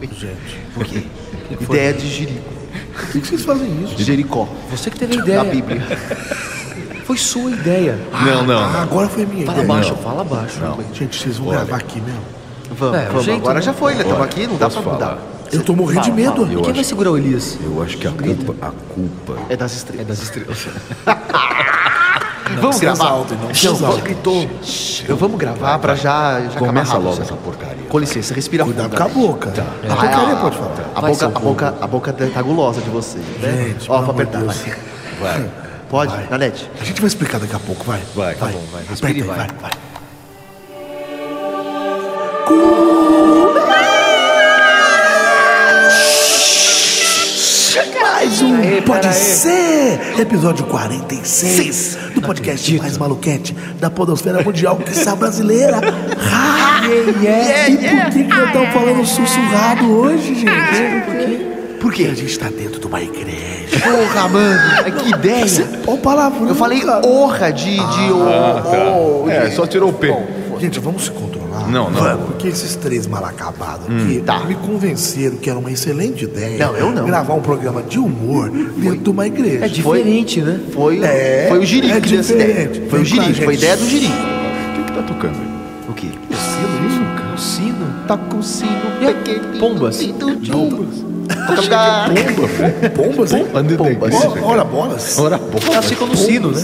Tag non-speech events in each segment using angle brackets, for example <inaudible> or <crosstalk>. Gente, Por quê? que que foi? Ideia de Jericó. por que que vocês fazem isso? Jericó. Você que teve a ideia. Da Bíblia. Foi sua ideia. Não, não. Ah, agora foi minha Fala ideia. baixo, fala baixo. Não. Gente, vocês vão gravar aqui mesmo? Vamos, É, o vamos. jeito, Agora né? já foi, né? Estamos Olha, aqui, não dá pra posso mudar. falar? Eu tô morrendo de medo. Quem vai segurar o Elias? Eu acho que a culpa, a culpa É das estrelas. É das estrelas. <laughs> vamos precisa gravar. alto, não precisa Não, alto. gritou. Eu vamos gravar pra já, já acabar começa rápido, logo então. sabe? essa porcaria. Com licença, respira Cuidado fundo. com a boca. A Ah, porcaria ah, pode falar. A Tá. Vai, boca, seu a boca, a boca tá gulosa de vocês, né? Gente, Ó, pelo pra amor de apertar. Deus. vai. Vai. Pode, Nanete? A gente vai explicar daqui a pouco, vai. Vai, tá bom, vai. Aperta Respire aí, e vai, vai. vai. Mais um Pode Ser! Episódio 46 do podcast mais maluquete da podosfera mundial, que está brasileira. Ah, E por que que eu tô falando sussurrado hoje, gente? Por Porque a quê? gente está dentro de uma igreja. Porra, mano. Que ideia. Olha o palavrão. É, Eu falei cara. honra de. de oh, oh, É, gente. só tirou o P. Gente, vamos se controlar. Não, não. Vamos, porque esses três mal acabados aqui tá. me convenceram que era uma excelente ideia. Não, eu não. Gravar um programa de humor dentro de uma igreja. É diferente, né? Foi, É, foi o Jiri é que deu essa diferente. ideia. Foi o Vem com a Jiri, foi gente. ideia do Jiri. É O que, que tá tocando aí? O quê? O sino. Toca o sino E a- pequenino. pombas? Pombas. Tá Toca Pombas, hein? Pombas. Bo- Ora, bolas. Ora, porra. Elas ficam no sino, né?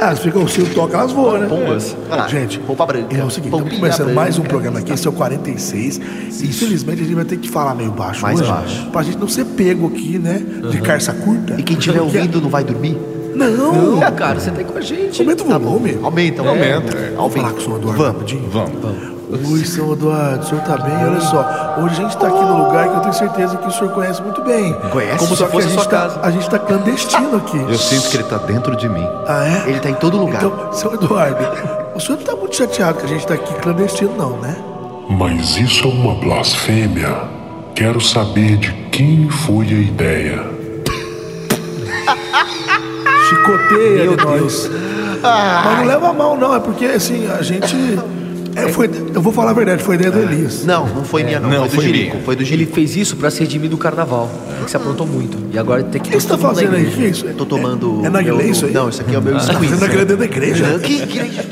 Ah, se fica o sino, toca, elas voam, né? Pombas. Ah, gente, roupa branca. É o seguinte, estamos Pombinha começando mais um branca. programa aqui, esse é o 46. Infelizmente, a gente vai ter que falar meio baixo Mais hoje. baixo. Pra gente não ser pego aqui, né? De carça curta. E quem estiver ouvindo não vai dormir? Não! É, Não, cara, você tá aí com a gente. Aumenta o volume. Aumenta, né? aumenta. Aumenta. é. Vamos falar com o senhor Eduardo Vamos. rapidinho? Vamos. Oi, senhor Eduardo, o senhor tá bem? Olha só, hoje a gente tá aqui no lugar que eu tenho certeza que o senhor conhece muito bem. Conhece? Como Só só que a que fosse gente, sua tá, casa. a gente tá clandestino aqui. Eu sinto que ele tá dentro de mim. Ah, é? Ele tá em todo lugar. Então, senhor Eduardo, o senhor não tá muito chateado que a gente tá aqui clandestino, não, né? Mas isso é uma blasfêmia. Quero saber de quem foi a ideia. Chicoteia Meu Deus. Mas não leva a mal, não, é porque assim, a gente. é, foi, eu vou falar a verdade, foi É. ideia do Elias. Não, não foi minha, não. É, Não, foi do foi Jirico. minha. Foi do Ele Jirico. fez isso pra se redimir do carnaval. Que se aprontou muito. E agora tem que O que você tá todo mundo na fazendo aí? O igreja. que é isso? Tô tomando. É, é narguilé meu- isso aí? Não, isso aqui é Uhum. o meu Você tá squeeze. fazendo a grande da igreja. Que igreja?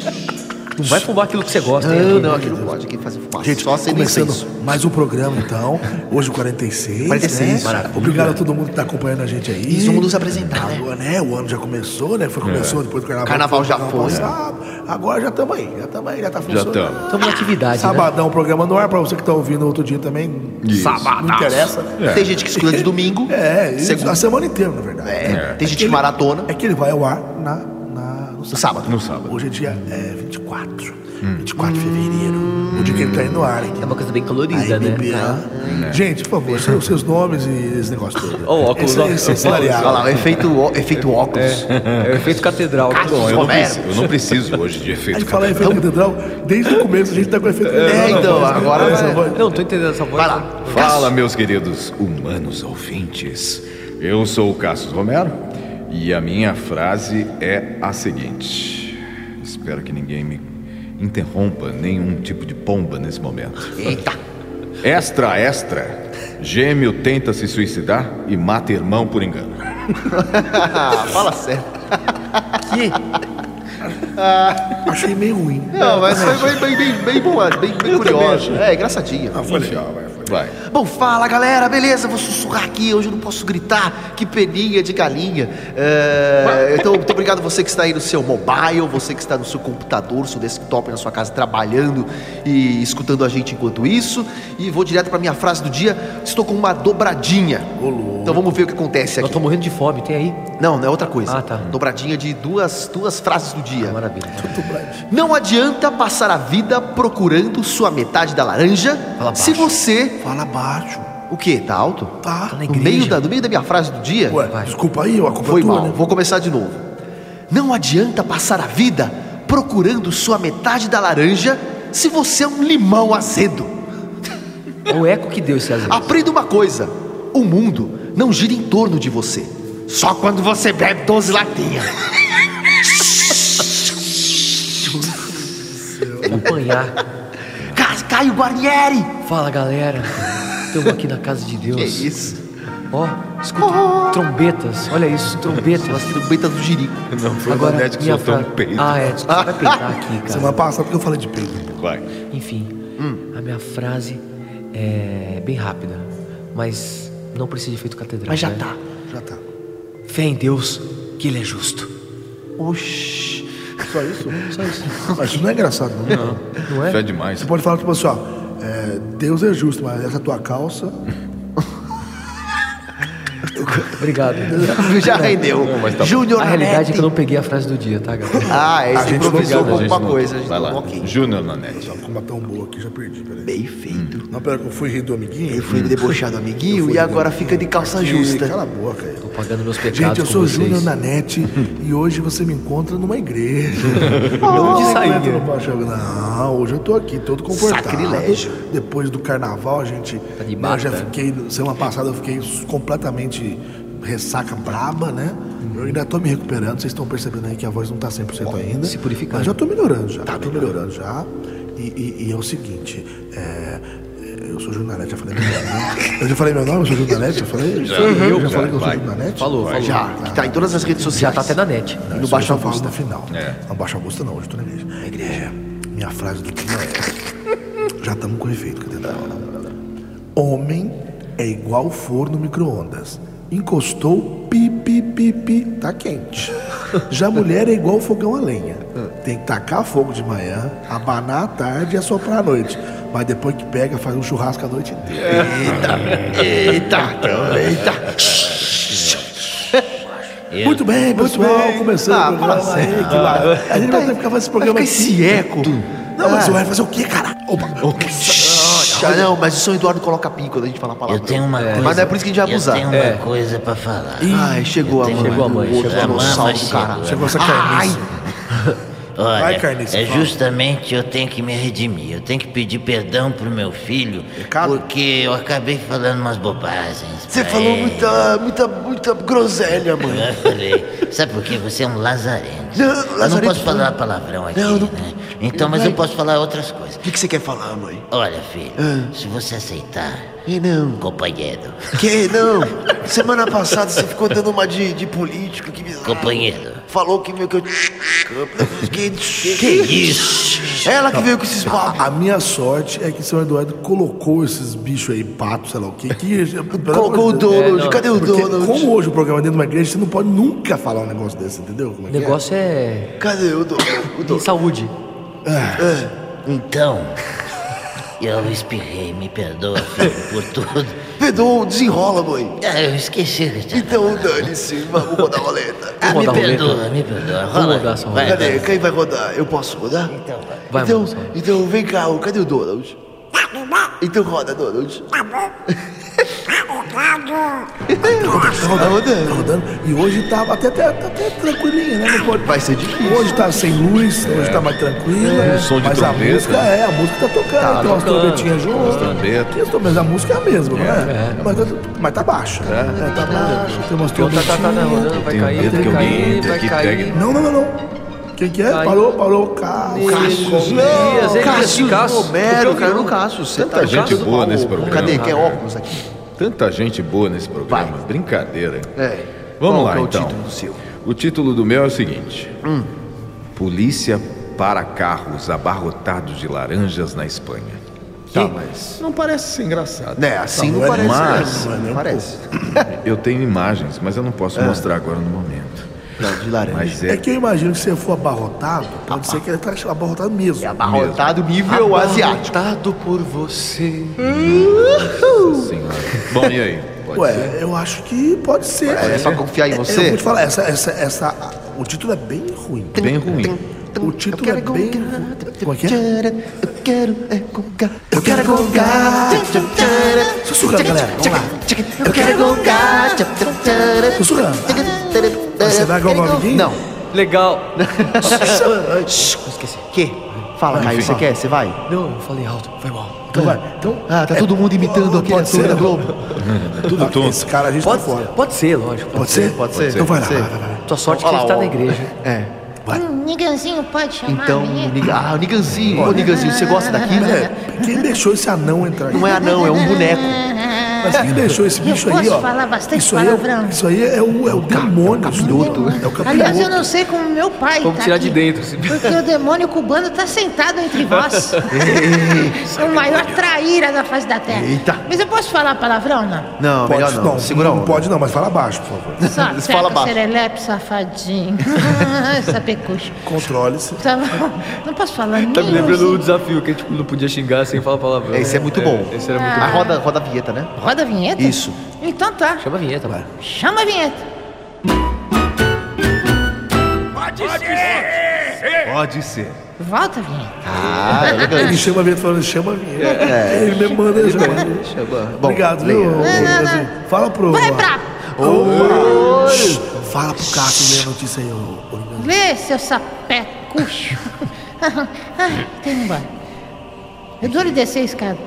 Vai fumar aquilo que você gosta. hein, Não, aqui. não, aqui não pode. Aqui fazer fumaça. Gente, só sendo começando incenso. mais um programa, então. Hoje o 46. 46, né? maravilha. Obrigado a todo mundo que está acompanhando a gente aí. Isso, vamos nos apresentar, né? É. Agora, né? O ano já começou, né? Foi, começou depois do carnaval. Carnaval foi o já foi. passado. Agora já estamos aí, já estamos aí, já tá funcionando. tamo. Estamos na atividade, né? Sabadão, programa no ar, pra você que tá ouvindo outro dia também. Isso. Não interessa, né? Tem gente que escuta de domingo. É, isso, segunda. a semana inteira, na verdade. É, É. Tem gente que Ele- maratona. É que ele vai ao ar na, na, no sábado. Sábado. Hum. No sábado. Hoje é dia é, 24. 24 de fevereiro. O dia que ele tá indo ao ar aqui. É uma coisa bem colorida, né? IBBA. Gente, por favor, seus, seus nomes e esse negócio todo. Ó, óculos, esse, ó. esse, esse é Ó, Olha lá, variável. o efeito, ó- efeito óculos. É o efeito catedral. né? Cássio. Bom, eu não, Romero. preciso, eu não preciso hoje de A efeito. gente fala efeito catedral, desde o começo a gente tá com efeito É, catedral. então, agora Essa vai- voz- Não, tô entendendo essa voz. Vai lá. Fala, meus queridos humanos ouvintes. Eu sou o Cassius Romero e a minha frase é a seguinte. Espero que ninguém me interrompa nenhum tipo de pomba nesse momento. Eita. Extra, extra. Gêmeo tenta se suicidar e mata irmão por engano. Ah, fala sério. Achei meio ruim. É, então. Não, mas foi bem, bem, bem, bem boa, bem, bem curiosa. É, engraçadinha. Vai. Bom, fala galera, beleza? Vou sussurrar aqui, hoje eu não posso gritar, que peninha de galinha. É, então, muito obrigado você que está aí no seu mobile, você que está no seu computador, seu desktop, na sua casa trabalhando e escutando a gente enquanto isso. E vou direto para minha frase do dia: estou com uma dobradinha. Então vamos ver o que acontece Nós aqui. tô morrendo de fome, tem aí? Não, não é outra coisa. Ah, tá. Dobradinha de duas, duas frases do dia. É Maravilha. Não adianta passar a vida procurando sua metade da laranja Fala se baixo. você. Fala baixo. O quê? Tá alto? Tá. Tá No na igreja. meio, da, no meio da minha frase do dia, Ué, desculpa aí, ó, a culpa foi é tua, mal. Tá. né? Vou começar de novo. Não adianta passar a vida procurando sua metade da laranja se você é um limão azedo. É o eco que deu esse azar. Aprenda uma coisa: o mundo não gira em torno de você. Só quando você bebe 12 latinhas. Apanhar. Ca- Caio Guarnieri! Fala, galera. estamos aqui na casa de Deus. Que isso? Ó, escuta, trombetas, olha As isso, trombetas. trombetas do jirico. Não, foi o Nanete que minha soltou fra- um peito. Ah, é, desculpa, vai peitar aqui, cara. Semana passada, porque eu falei de peito. Vai. Enfim, a minha frase é bem rápida, mas não precisa de efeito catedral. Mas já né? tá, já tá. Fé em Deus, que Ele é justo. Oxi. Só isso? Só <laughs> isso. Mas isso não é engraçado, não. Não é? Fé demais. Você pode falar, tipo assim, ó. é, Deus é justo, mas essa tua calça. Obrigado. <laughs> Já rendeu. mas tá bom. Júnior A realidade é que Nanete. eu não peguei a frase do dia, tá, galera? Ah, A esse gente improvisou não- com a gente alguma não- coisa. a gente Vai lá. não- ok. Júnior Nanete. Tá com uma tão boa aqui, já perdi, peraí. Bem feito. Não, pera, que eu fui rir do amiguinho. Ele foi né? debochado amiguinho e agora fica de calça Ih, justa. Cala a boca aí. Tô pagando meus pecados Gente, eu com sou o vocês. Júnior Nanete e hoje você me encontra numa igreja. de Não, sainha. não, não, não, não, hoje eu tô aqui, todo confortável. Sacrilégio. Depois do carnaval, a gente. Tá de né, bata. eu já fiquei. Semana passada eu fiquei completamente ressaca braba, né? Eu ainda tô me recuperando, vocês estão percebendo aí que a voz não tá 100% ainda. se purificando. Mas já tô melhorando já. Tá, tô melhorando já. E, e- e é o seguinte, é, Eu sou Júnior Nanete, já falei meu nome. né? Eu já falei meu nome, eu sou Júnior Nanete, eu falei. Já, eu já já, falei que eu sou vai. Júnior Nanete. Uhum. Falou, falou. Já, que tá em todas as redes Já sociais. tá até na net. Não, No isso Baixo eu falo Augusta. No final. É. No Baixo Augusta não, hoje eu tô na igreja. Na igreja. Minha frase do dia é... Já estamos com efeito, cadê? Tá? Homem é igual forno micro-ondas. Encostou, pi, pi, pi, pi, tá quente. Já mulher é igual fogão a lenha. Tem que tacar fogo de manhã, abanar à tarde e assoprar à noite. Mas depois que pega, faz um churrasco a noite inteira. então, Eita, eita. Muito bem, pessoal, começando Ah, o programa fala aí, que maravilha. A gente vai ter que ficar fazendo esse É. programa Fica aqui. esse eco. Não, mas você vai fazer o quê, cara? Opa, Já não, mas o São Eduardo coloca pin quando a gente fala a palavra. Eu tenho uma coisa. Mas não é por isso que a gente vai abusar. Eu tenho uma É. coisa pra falar. Ai, chegou a mãe. Chegou a mãe, do outro chegou a mãe. dinossauro do Chegou. cara. chegou essa Ai, carniça. Olha, Vai, Carniça, é fala. justamente eu tenho que me redimir. Eu tenho que pedir perdão pro meu filho. Pecado? Porque eu acabei falando umas bobagens. você pra falou ele. muita, muita, muita groselha, mãe. Eu falei, sabe por quê? Você é um lazarento. Não, eu não lazarento posso não. falar palavrão aqui, Não, não- né? Então, mas eu posso falar outras coisas. O que, que você quer falar, mãe? Olha, filho, Ah. se você aceitar, E não. companheiro, Que não? Semana passada você ficou dando uma de, de político, que bizarro. companheiro. Falou que meu que eu. Que, Que isso? Ela que veio com esses papos. A minha sorte é que São Eduardo colocou esses bichos aí, pato, sei lá o quê, que. Colocou o Donald. não, Cadê o Porque Donald? como hoje o programa é dentro de uma igreja, você não pode nunca falar um negócio desse, entendeu? Como é O que é? negócio é. Cadê o Donald? O Tem Donald. saúde. Então, eu espirrei, me perdoa, filho, por tudo. Pedou, desenrola, mãe. Ah, eu esqueci que eu tinha Então um dane-se, vamos rodar a roleta. Ah, me rodar a perdoa, roleta. me perdoa. Vamos Rola. rodar essa Vai, Cadê? vai. Quem vai rodar? Eu posso rodar? Então vai. Vai, então, Marcelo. então vem cá, ô, cadê o Donald? Então roda, Donald. Tá rodando, tá rodando. E hoje tá até, até, tá até tranquilinha, né? Não pode- <laughs> Vai ser difícil. Hoje tá sem luz, hoje tá mais tranquila. Um som de mas a trombeta. música é, a música tá tocando. tem umas tocando, trombetinhas juntas. trombeta. Tem as trombetas, Mas a música é a mesma, não é? Mas, tá- mas tá baixa. É, tá baixa. Tem umas Tá, tá, tá, tá, rodando, trombetinhas. vai tenho medo cair, que alguém vai cair, entre vai aqui e cair. pegue. Não, não, não, não. Quem que é? Caiu. Parou, parou. Cássio. Cassius Elias, Elias, Cássio Cássio. Romero, O que eu vi, um cara, no não? Cássio. Você Tanta no gente Cássio? boa Ô, nesse programa. Cadê? Quer óculos aqui? Tanta gente boa nesse programa. Vai. Brincadeira. É. Vamos Qual lá, que é então. o título do seu? O título do meu é o seguinte: Hum. Polícia para carros abarrotados de laranjas na Espanha. Tá, Que mas- Não parece ser engraçado. Né, assim não, Não, não é parece. mas- né? não é Não um parece. Eu tenho imagens, mas eu não posso É. mostrar agora no momento. Não, de laranja. Mas É é. que eu imagino que se você for abarrotado, pode ser que ele tá abarrotado mesmo. É abarrotado nível asiático. Abarrotado por você. Nossa senhora. Bom, e aí? Pode ser? Ué, eu acho que pode ser. É só confiar em Eu você? vou te falar, essa, essa, essa, o título é bem ruim. Bem ruim. O título é bem. Como é que é? Eu quero é gongar. Eu quero é gongar. Sussurra, galera. Vamos lá. Eu quero gongar. Sussurra. Você vai gongar amiguinho? Não. <laughs> Legal. Que? Fala, Caio, você quer? Você vai? Não, eu falei alto, foi mal. Então vai. Então, Ah, tá todo mundo imitando aquele pode ator ser, da né? Globo. Tudo tonto. Esse cara a gente Pode, tá fora. pode ser, lógico. Pode ser? Pode ser. Então vai lá. Pode ser. vai, vai, vai. Tua sorte é Olha que a gente lá, tá na ó. igreja. É. Vai. Um Niganzinho pode chamar Então, o vinheta? Niga- ah, o Niganzinho. Ô, Niganzinho, você gosta daquilo? É, quem deixou esse anão entrar aí? Não é anão, é um <laughs> boneco. Mas quem deixou esse bicho aí, posso ó? falar bastante isso aí, é, o- palavrão. isso aí é o, é o demônio. capiroto. É o Aliás, eu capiroto. não sei como meu pai Vamos tá tirar aqui, de dentro. assim. esse- Porque o demônio cubano tá sentado entre <laughs> vós. o maior traíra da face da terra. Eita. Mas eu posso falar <laughs> palavrão, não? Não, melhor não. Segura a não onda. pode não, mas fala baixo, por favor. Só Fala seca, baixo. <laughs> serelepe, safadinho. Sapecucho. Controle-se. Tá bom. Não posso falar nem Tá me lembrando o assim. desafio que a gente não podia xingar sem falar palavrão. É, esse é muito bom. Esse era muito Mas roda, roda a vinheta, né? Ah, Roda a vinheta? Isso. Então tá. bom. Chama a vinheta, vai. Chama a vinheta. Pode ser. Volta a vinheta. Ah, é legal. Ele chama a vinheta falando, chama a É, vinheta. Ele mesmo manda, ele manda. Bom, Obrigado, leia. viu? Brasil? Fala pro. Vai pra... Opa! Shh, Fala pro Cássio ler a notícia aí, ô. ô, Niganzinho. Lê, seu <laughs> sapecucho. Ai, ah, Tem que ir embora. Eu dou-lhe descer a escada.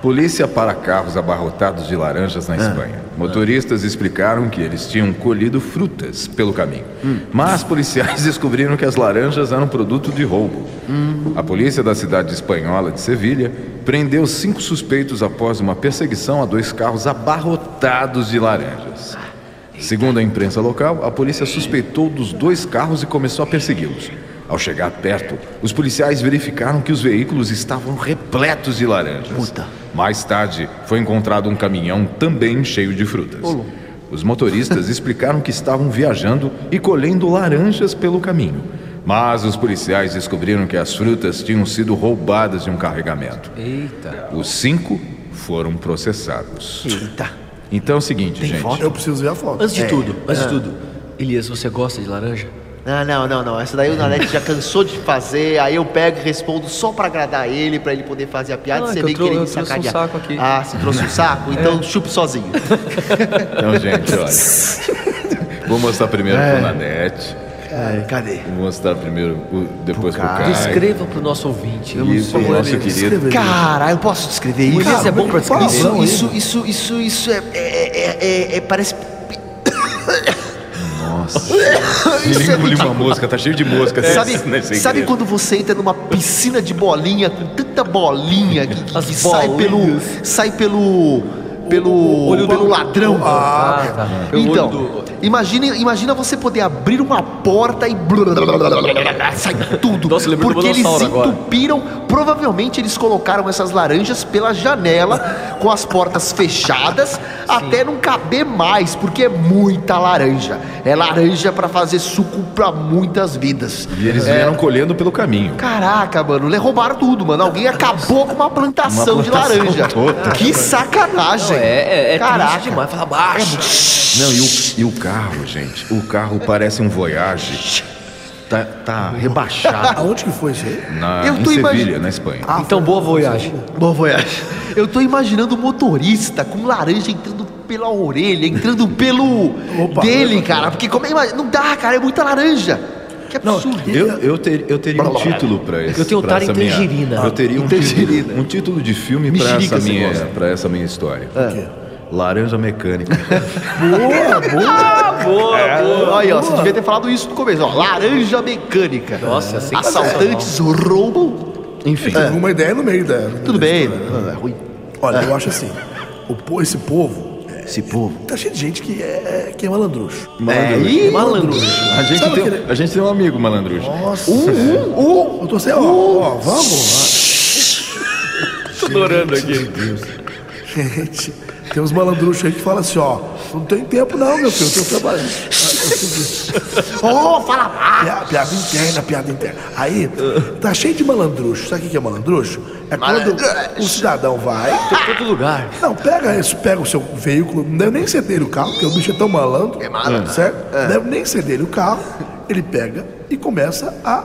Polícia para carros abarrotados de laranjas Ah. na Espanha. Motoristas explicaram que eles tinham colhido frutas pelo caminho. Hum. Mas policiais <laughs> descobriram que as laranjas eram produto de roubo. Hum. A polícia da cidade espanhola de Sevilha prendeu cinco suspeitos após uma perseguição a dois carros abarrotados de laranjas. Segundo a imprensa local, a polícia suspeitou dos dois carros e começou a persegui-los. Ao chegar perto, os policiais verificaram que os veículos estavam repletos de laranjas. Mais tarde, foi encontrado um caminhão também cheio de frutas. Os motoristas explicaram que estavam viajando e colhendo laranjas pelo caminho. Mas os policiais descobriram que as frutas tinham sido roubadas de um carregamento. Eita. Os cinco foram processados. Eita. Então é o seguinte, gente. Eu preciso ver a foto. Antes de tudo, antes de tudo. Elias, você gosta de laranja? Não, Ah, não, não, não. Essa daí o Nanete já cansou de fazer. Aí eu pego e respondo só pra agradar ele, pra ele poder fazer a piada. Não, é você que eu vê que trou- ele eu me trouxe um sacanear. saco aqui. É. Ah, você trouxe um <laughs> saco? Então chupe sozinho. Então, gente, <laughs> olha. Vou mostrar primeiro É. pro Nanete. cadê? Vou mostrar primeiro, o- depois pro cara. cara. Descreva pro nosso ouvinte. E pro nosso querido. Cara, eu posso descrever O isso? Elias é bom pra Fala, escrever. não, Isso, isso, isso, isso, isso é, é, é- é- é- parece. Nossa. Ele engoliu uma mosca, tá cheio de mosca. é sabe nessa sabe igreja. quando você entra numa piscina de bolinha com tanta bolinha que, que- As que sai pelo bolinhas. sai pelo pelo olho do- pelo ladrão? Ah, tá. Pelo olho então, do- imagina, imagina você poder abrir uma porta e sai tudo. Nossa, lembrei do porque eles Monossauro agora. entupiram, provavelmente eles colocaram essas laranjas pela janela com as portas fechadas até não caber mais, porque é muita laranja. É laranja pra fazer suco pra muitas vidas. E eles vieram É. colhendo pelo caminho. Caraca, mano, le- roubaram tudo, mano. Alguém acabou com uma plantação, Uma de plantação laranja. toda. Que sacanagem. É, é, é Caraca. triste demais. Fala baixo. Não, e o, e o carro, gente? O carro parece um Voyage. Tá, tá rebaixado. Aonde que foi isso aí? Na, Eu em tô Sevilha, imagi- na Espanha. <laughs> Ah, Então, boa voyage. Bom voyage. Eu tô imaginando o motorista com laranja entrando pela orelha, entrando <laughs> pelo Opa. dele, cara. Porque como é, ima- não dá, cara, é muita laranja. Que absurdo. Eu, eu, ter- eu teria um título pra esse. Eu tenho pra tara essa em minha- tangerina. eu teria um Tangerina. título, um título de filme pra Mexerica essa, você minha, gosta. pra essa minha história. quê? É. Laranja mecânica. Olha aí, ó, você devia ter falado isso no começo, ó. Laranja mecânica. Nossa, assim- Assaltantes roubam. É. Enfim. Alguma ideia no meio da. no Tudo meio da bem, história. não, é ruim. Olha, eu acho assim. O, po- esse povo. Esse povo. Tá cheio de gente que é, que é malandruxo. É, Malandro. ih, A gente, Sabe tem, aquele- a gente tem um amigo malandrujo. Nossa. Uh, uh, uh. Eu tô sem. Ó, ó, vamos. Tô adorando aqui. ó. Gente, tem uns malandruxos aí que falam assim, ó. Não tem tempo não, meu filho. Eu tô trabalhando. Oh, fala baixo. Piada, piada interna, piada interna. Aí, tá cheio de malandruxo. Sabe o que que é malandruxo? É quando Malandruxo. o cidadão vai. Tem Ah! todo lugar. Não, pega, esse, pega o seu veículo, não deve nem ser dele o carro, porque o bicho é tão malandro. É malandro. Certo? Não deve nem ser dele o carro. Ele pega e começa a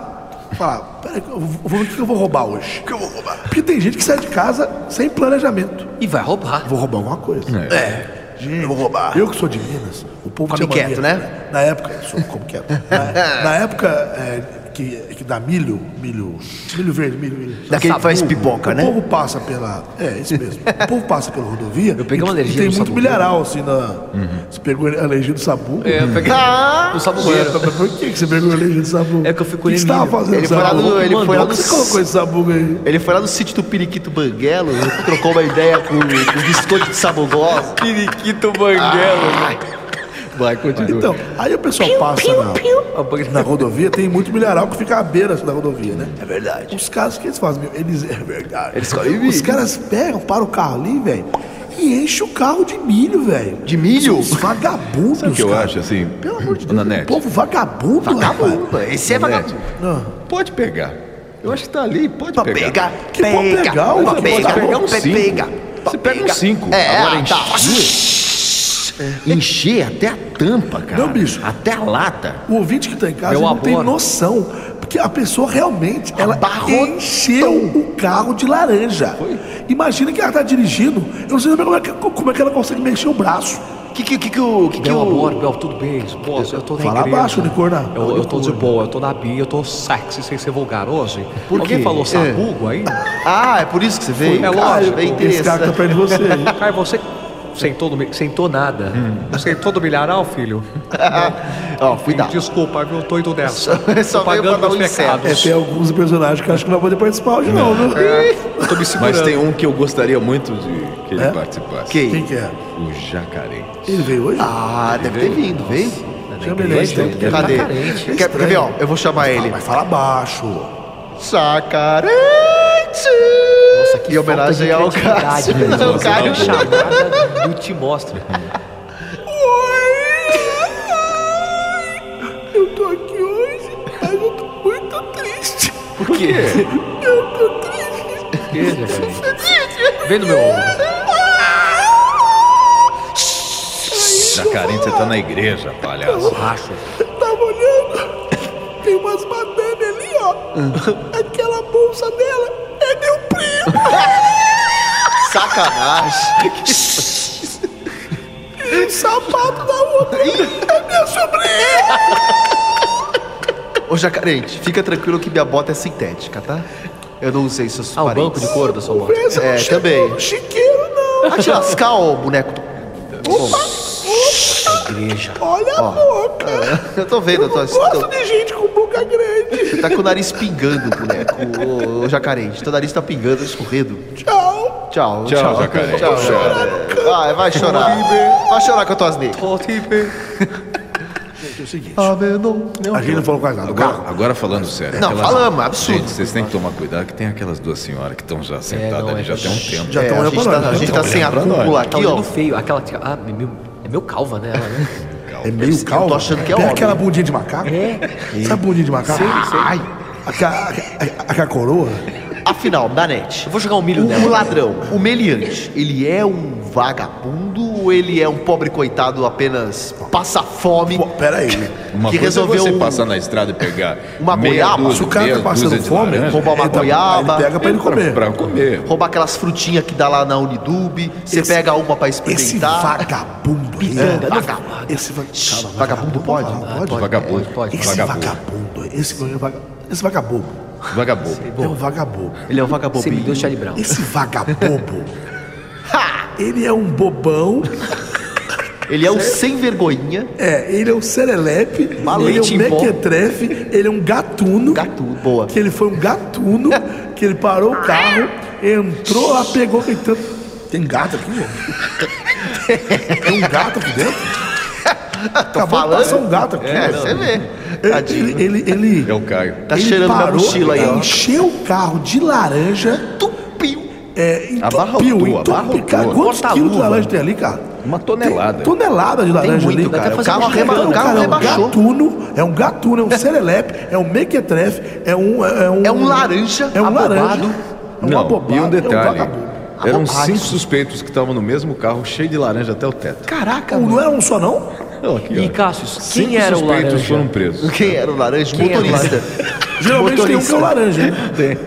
falar: peraí, eu vou- o que eu vou roubar hoje? O que eu vou roubar? Porque tem gente que sai de casa sem planejamento. E vai roubar. Vou roubar alguma coisa. É. Eu vou Ah. roubar. Eu que sou de Minas, o povo tinha Come mania. quieto, né? <laughs> Na época, sou como quieto. Na, na época, é, que, que dá milho, milho, milho verde, milho, milho. Daquele que faz pipoca, o né? povo passa pela. É, isso mesmo. <laughs> o povo passa pela rodovia. Eu peguei e- uma alergia e Tem no muito sabugo. milharal, assim, na. Você pegou a alergia do sabu? É, eu peguei Uhum. Ah! o Ué, sabugueiro. mas Por que que você pegou a alergia do sabu? É que eu fico O que olhando você tava milho. fazendo Ele com foi lá sabu? no- ele Mandou, foi lá por que no- você colocou esse sabu aí? Ele foi lá no sítio do <laughs> Periquito Banguelo, trocou uma ideia com o biscoito de sabugó. Periquito banguelo. Vai, continua. Então, aí o pessoal passa na, na rodovia, tem muito milharal que fica à beira assim, da rodovia, né? É verdade. Os caras, o que eles fazem? meu? Eles, é verdade. Eles comem Os milho. caras pegam, param o carro ali, velho, e enchem o carro de milho, velho. De milho? Os vagabundos, Sabe o que eu cara. acho, assim, Pelo amor de Deus, na net? povo vagabundo, rapaz. Vagabundo, esse é Net, vagabundo. Pode pegar. Eu acho que tá ali, pode Pra pegar. pegar, Que bom pegar, pra você pegar, pode pegar um pra cinco. pegar. Você pega um cinco. É, Agora ah, tá. Encher até a tampa, cara. Não, bicho. Até a lata. O ouvinte que tá em casa Eu ele não aboro. tem noção. Porque a pessoa realmente, ela Abarrotou. encheu o carro de laranja. Imagina que ela tá dirigindo, eu não sei como é que, como é que ela consegue mexer o braço. Que que que que o que que Meu amor, o meu, tudo bem, esposa, eu tô na Fala igreja. abaixo, Nicorna. Eu, eu tô de boa, eu tô na bia, eu tô sexy sem ser vulgar hoje. Por Alguém quê? falou sabugo aí? Ah, é por isso que você veio. É Cara, lógico. bem Esse cara que tá interessante. perto de você. hein? Cara, você sentou, no, mi- sentou nada. Sentou do milharal, filho? Ó, fui dar. Desculpa, viu? Eu tô indo nessa. só tô veio pra pagando dar um meus pecados. É, tem alguns personagens que eu acho que não vai poder participar hoje, não, viu? É. Eu tô me segurando. Mas tem um que eu gostaria muito de que ele É? participasse. Quem Ok. que é? O jacaré. Ele veio hoje? Ah, deve ter vindo, veio. Chama ele aí. então. Ele tá Cadê? carente. Quer, quer ver, ó? Eu vou chamar Ah, ele. mas fala baixo. Sacarente! Nossa, que Em homenagem falta ao de criatividade, Cássio. velho. Não, Você dá uma Cássio. chamada e te mostra. Eu tô aqui hoje, mas eu tô muito triste. Por quê? Veja, velho. Vem no meu ombro. Jacaré, você tá na igreja, palhaço. Racha. Tava olhando, tem umas bananas ali, ó. Aquela bolsa dela é meu primo. Sacanagem. O sapato da outra é minha sobrinha. Ô, Jacarente, fica tranquilo que minha bota é sintética, tá? Eu não usei seus Ah, o parentes. banco de couro da sua moto. Essa não É, chegou também. no Então, Chiqueiro, não. Vai te lascar, ô boneco. Igreja. Olha a boca. <laughs> Eu tô vendo, eu tô, Gosto tô- de gente com boca grande. Tá com o nariz pingando, boneco. Ô, ô, Jacarente, teu nariz tá pingando, escorrendo. Tchau. Tchau, Tchau, Jacarente. Tchau, Jacarente. Vai, vai chorar. Vai chorar com as tuas negras. Gente, é o seguinte. Ah, meu, não. A gente não falou quase nada. Agora, agora falando sério. Não, falamos, é absurdo. Gente, vocês têm que tomar cuidado que tem aquelas duas senhoras que estão já sentadas não, ali é. já tem um tempo. Já É, estão a gente tá, a gente tá sem a Pra nós. cúpula Tá aqui, ó. olhando feio. Aquela. que- Ah, é meu, é meu calva, né? Ela, né? É meio calmo. tô achando que Tem é homem. aquela bundinha de macaco? É. Sabe bundinha de macaco? Sei, sei. Ai. Aquela, aquela- aquela coroa? Afinal, da net. Eu vou jogar um milho O, o nela. ladrão, o meliante, ele é um vagabundo ou ele é um pobre coitado apenas passa fome? Pô, pera aí. Uma que coisa resolveu é você um- passar na estrada e pegar uma meia goiaba. dúzia, Se o cara meia tá passando dúzia de fome, laranja, roubar uma ele tá- goiaba. Ele pega pra ele pra- comer. Pra comer. Roubar aquelas frutinhas que dá lá na Unidub, você Esse- pega uma pra experimentar. Esse vagabundo aí. Pitanga, ó. não- vagabundo. Esse va- Calma, Vagabundo pode? não Ah, Pode? Vagabundo. pode. Esse Vagabundo. vagabundo. Esse vagabundo. Esse vagabundo. Vagabundo. É um vagabundo. Ele é um Você me deu vagabundo. Charlie Brown. Esse <laughs> vagabundo. ele é um bobão. Ele é um sem vergonhinha, É, ele é um serelepe. Malete ele é em um pó. mequetrefe. Ele é um gatuno. gatuno, boa. que ele foi um gatuno, que ele parou o carro, entrou lá, pegou aquele tanto. Tem gato aqui, velho? Tem um gato aqui dentro? <laughs> Acabou falando. de passar um gato aqui. É, velho. você vê. Tadinho. ele, ele, ele, ele, É o Caio. Tá cheirando minha mochila aí, ó. encheu o carro de laranja, Tupiu. é, entupiu, Abarrotou, entupiu, abarrotou. cara, quantos Corta a quilos de luva. laranja tem ali, cara? Uma tonelada. Tem tonelada de laranja muito, ali. dá até Cara, o fazer carro, um arreba- Então, o carro cara, é um rebaixou. gatuno, é um gatuno, é um serelepe, é um mequetrefe, é um... É um, É um laranja É um abobado. laranja. é um Não, abobado, e um detalhe. É um vagabundo. eram Abobado. cinco suspeitos que estavam no mesmo carro, cheio de laranja até o teto. Caraca, Não, mano. não era um só, não? Olha aqui, E ó. Cassius, Cinco quem era o suspeitos laranja? foram presos. Quem era o laranja? Quem era o Motorista. Geralmente tem um que é o laranja. né?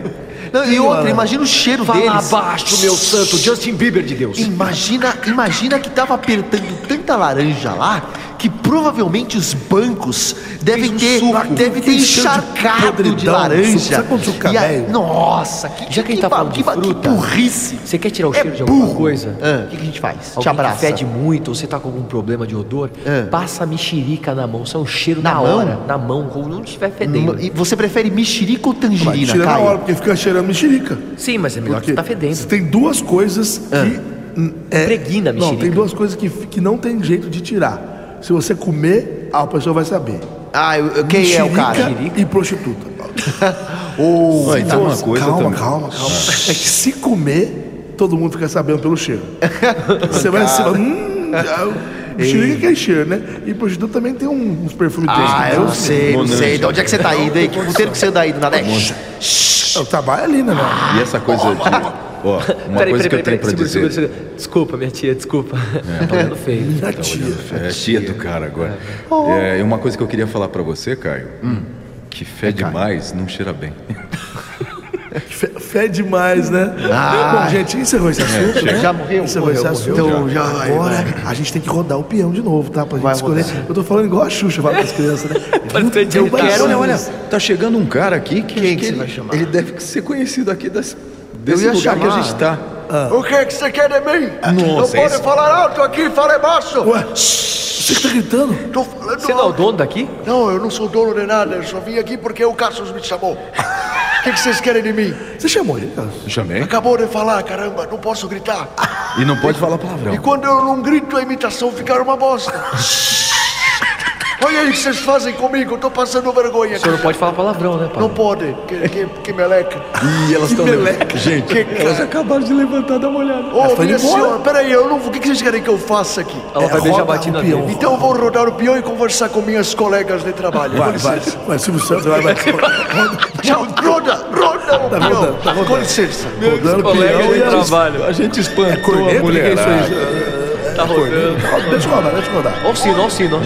Não, e mano? Ah, outra, imagina o cheiro Fala deles. abaixo, meu santo. Justin Bieber de Deus. Imagina, imagina que tava apertando tanta laranja lá que Provavelmente os bancos devem ter, suco. deve ter Tem cheiro de encharcado de, podridão, laranja. suco. Sabe quando suca E a- velho? Nossa, que, Já que a gente tá ba- falando de ba- fruta, burrice. Você quer tirar o É cheiro de alguma burro. coisa? Ah, O que, que a gente faz? Te Alguém abraça. que fede muito, ou você tá com algum problema de odor, É. passa a mexerica na mão, sai um cheiro Na na, mão? hora, na mão, ou não estiver fedendo. E você prefere mexerica ou Mas tangerina, tira na Caio? hora, porque fica cheirando mexerica. Sim, mas é melhor que Porque você tá fedendo. Tem duas coisas que. hum, é- Impregna a Não, mexerica. tem duas coisas que, que não tem jeito de tirar. Se você comer, a pessoa vai saber. Ah, eu- eu- quem é o cara? Mexerica E prostituta. Ou- Não, e tá uma Nossa, coisa calma, também. calma, calma. É que se comer, todo mundo fica sabendo pelo cheiro. Você vai se hum, ah, o cheiro é aquele cheiro, né? E prostituta também tem um- uns perfumes Ah, eu não desse, né? sei, não Monange. sei. De onde é que você tá indo aí? Que puteiro que você anda indo? Nada é? Eu trabalho ali, né, mano? E essa coisa de. Ó, uma coisa que eu tenho pra segura, dizer. segura, segura. Desculpa, minha tia, desculpa. Tá olhando feio. Minha tia. É tia do cara agora. É, e uma coisa que eu queria falar pra você, Caio. Que fé demais não cheira bem. Fé, fé demais, né? Bom, gente, encerrou esse assunto. né? Já morreu? Encerrou Morreu, esse assunto. morreu. Então, já Agora a gente tem que rodar o peão de novo, tá? Pra gente Vai escolher. Eu tô falando igual a Xuxa, fala pras crianças, né? Bastante Eu quero, Olha, olha, olha, olha. tá chegando um cara aqui que, Quem acho que você ele, vai chamar? ele deve ser conhecido aqui das- desse ia lugar que chamar. a gente tá. O que é que você quer de mim? Nossa, não pode esse- falar alto aqui, fala baixo. Ué, você que tá gritando? Tô falando Você não é o dono daqui? Não, eu não sou dono de nada, eu só vim aqui porque o Cassius me chamou. O que, que vocês querem de mim? Você chamou ele, cara? Chamei. Acabou de falar, caramba, não posso gritar. E não pode falar palavrão. E quando eu não grito, a imitação fica uma bosta. Olha aí o que vocês fazem comigo, eu tô passando vergonha. O senhor não pode falar palavrão, né, pai? Não pode, que, que, que meleca. E elas Então, estão. Gente, Que elas acabaram de levantar, dá uma olhada. Ô, foi minha embora. senhora, peraí, eu não, o que, que vocês querem que eu faça aqui? Ela vai É, beijar a roda batida o peão. dele. Então eu vou rodar o peão e conversar com minhas colegas de trabalho. Vai, Com vai. licença. Vai, Silvio Santos, vai, vai. Roda, <laughs> Tchau, roda, roda o Tá peão. rodando, tá rodando. Com licença. rodando o Colega peão de e é elas... trabalho. A gente É espantou corneta? a O que que é isso aí? mulherada. Tá rodando. Roda, Deixa eu rodar, deixa eu rodar. Olha o sino, olha o sino.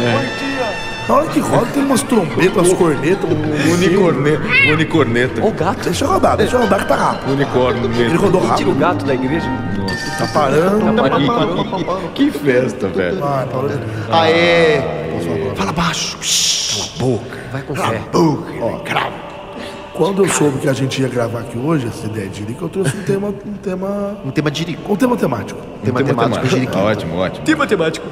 Na hora que roda, tem umas trombetas, umas cornetas, um Unicorne... Unicorneta. Olha o gato. Deixa eu rodar, deixa eu rodar que tá rápido. Unicórnio. Ele rodou Tira o rápido, gato da igreja. tá parando. E- Que festa, velho. Ah, parou. Aê. Fala baixo. Vai com fé. Quando eu soube que a gente ia gravar aqui hoje, essa ideia de Lirica, eu trouxe um tema, um tema. Um tema dirico. Um tema temático. Tem matemática, Matemática. jiriquinho. Ótimo, ótimo. Tem matemático.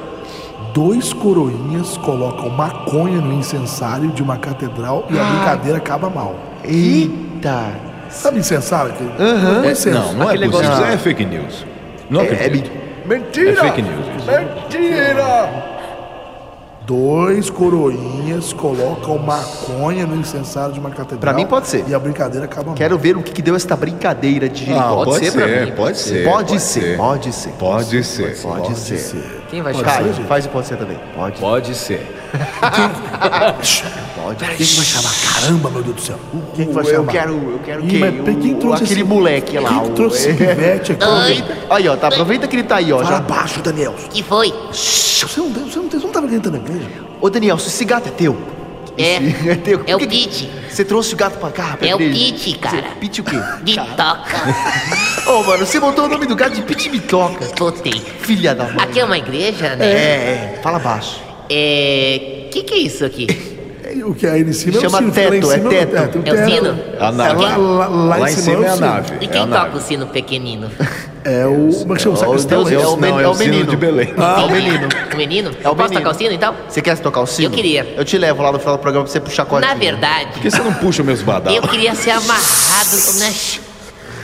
Dois coroinhas colocam maconha no incensário de uma catedral e a brincadeira acaba mal. Eita. Sabe incensário? Aham. Não, não é Aquele possível. Isso negócio- é fake news. Não É, é acredito. mentira. Mentira. É fake news isso. Mentira. Dois coroinhas colocam maconha no incensário de uma catedral. Pra mim pode ser. E a brincadeira acaba Quero ver o que, que deu esta brincadeira de jirico. Ah, pode pra ser, mim? pode ser, Pode pode ser, ser. pode ser. Pode ser. Pode ser. Quem vai chamar? Caio, faz o pode ser também. Pode. Pode ser. Pode. mal. Quem é que vai chamar? Caramba, meu Deus do céu. Quem que vai Tipo assim, Eu chamar? quero, eu quero Ih, quem? mas O- quem trouxe aquele esse- moleque lá. Quem que o- é. trouxe esse <laughs> pivete aqui? Ai. Aí, ó, tá, aproveita que ele tá aí, ó. Fala Já. abaixo, Daniel. Que foi? Você não, você não, você não tava gritando na igreja? Ô, Daniel, esse gato é teu. É. <laughs> É teu. É o Por que que- Kit. Você trouxe o gato pra cá, pra É o igreja? Kit, cara. Você- Pit o quê? Bitoca. Ô, mano, você botou o nome do gato de Pit Bitoca. Botei. Filha da mãe. Aqui é uma igreja, É, né? é. Fala baixo. É. Que que é isso aqui? É, O que é aí em cima Chama é um o sino, fica lá em teto, é cima, teto. o É o sino? A nave. lá, lá- lá Lá em cima é a o sino. nave. E É a quem tá nave. toca o sino pequenino? É o. Como é que chama o sacristão? Deus, é é esse? o men- Não, é é o o sino menino. de Belém. Ah. É o menino. O menino? É o Posso menino. tocar o sino então? Você quer tocar o sino? Eu queria. Eu te levo lá no final do programa pra você puxar a corda. Na verdade, Por que você não puxa meus Tá. eu badalos? queria ser amarrado. Nas...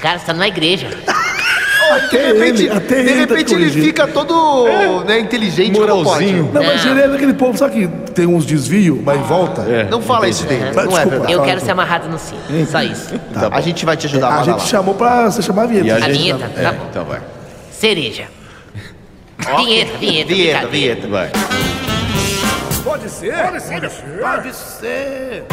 Cara, você tá numa igreja. Até De repente, ele, até de ele, tá repente ele corrigindo. fica todo né, inteligente. Moralzinho. Não, mas ele é daquele povo, sabe que tem uns desvios, mas volta? Não, pode. não fala isso dele. Mas Não é desculpa. verdade. Eu quero ser amarrado no sino. Só isso. Tá bom. A gente vai te ajudar a manda gente lá. chamou pra você chamar a vinheta. E a A gente- vinheta, É, tá bom. então vai. <laughs> Cereja. Vinheta, vinheta, Vinheta, vinheta, vinheta. Vai. Pode ser? Pode ser. Pode ser.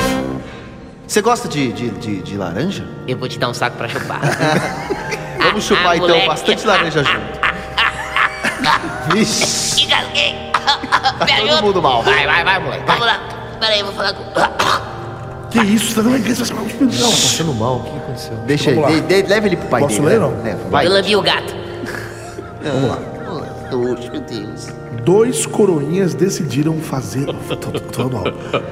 Você gosta de, de, de, de laranja? Eu vou te dar um saco pra chupar. <laughs> Vamos chupar Ah, então moleque. Ah, bastante laranja <laughs> junto. Vixe, <laughs> Engasguei. tá Pega todo outro. mundo mal. Vai, vai, vai, moleque. Vamos lá. Pera aí, eu vou falar com... Que isso? Tá dando igreja, você vai chamar os Tá pedrão. achando mal, o que aconteceu? Deixa ele, Vamos lá. de- de- leva ele pro pai Posso dele. ler, né? não? Leva, vai. Eu lambi o gato. Vamos lá. Oh, meu Deus. Dois coroinhas decidiram fazer. Tô- tô mal.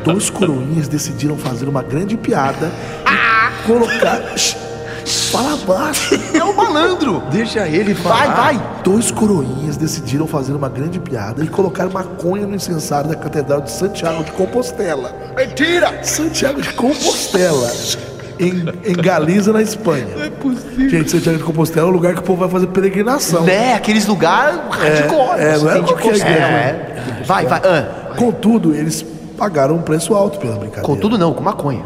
Dois coroinhas decidiram fazer uma grande piada e colocar. Shh, shh, Fala baixo! É um malandro. Deixa ele Vai, vai. Dois coroinhas decidiram fazer uma grande piada e colocar maconha no incensário da Catedral de Santiago de Compostela. Mentira! Santiago de Compostela. Em, em Galiza, na Espanha. Não é possível. Gente, Santiago de Compostela é o lugar que o povo vai fazer peregrinação. Né? Aqueles lugares hardcore. é, você não é tem de qualquer né? conseguir. guerra. É. Vai, vai. Ah, Contudo, eles pagaram um preço alto pela brincadeira. contudo não, com maconha.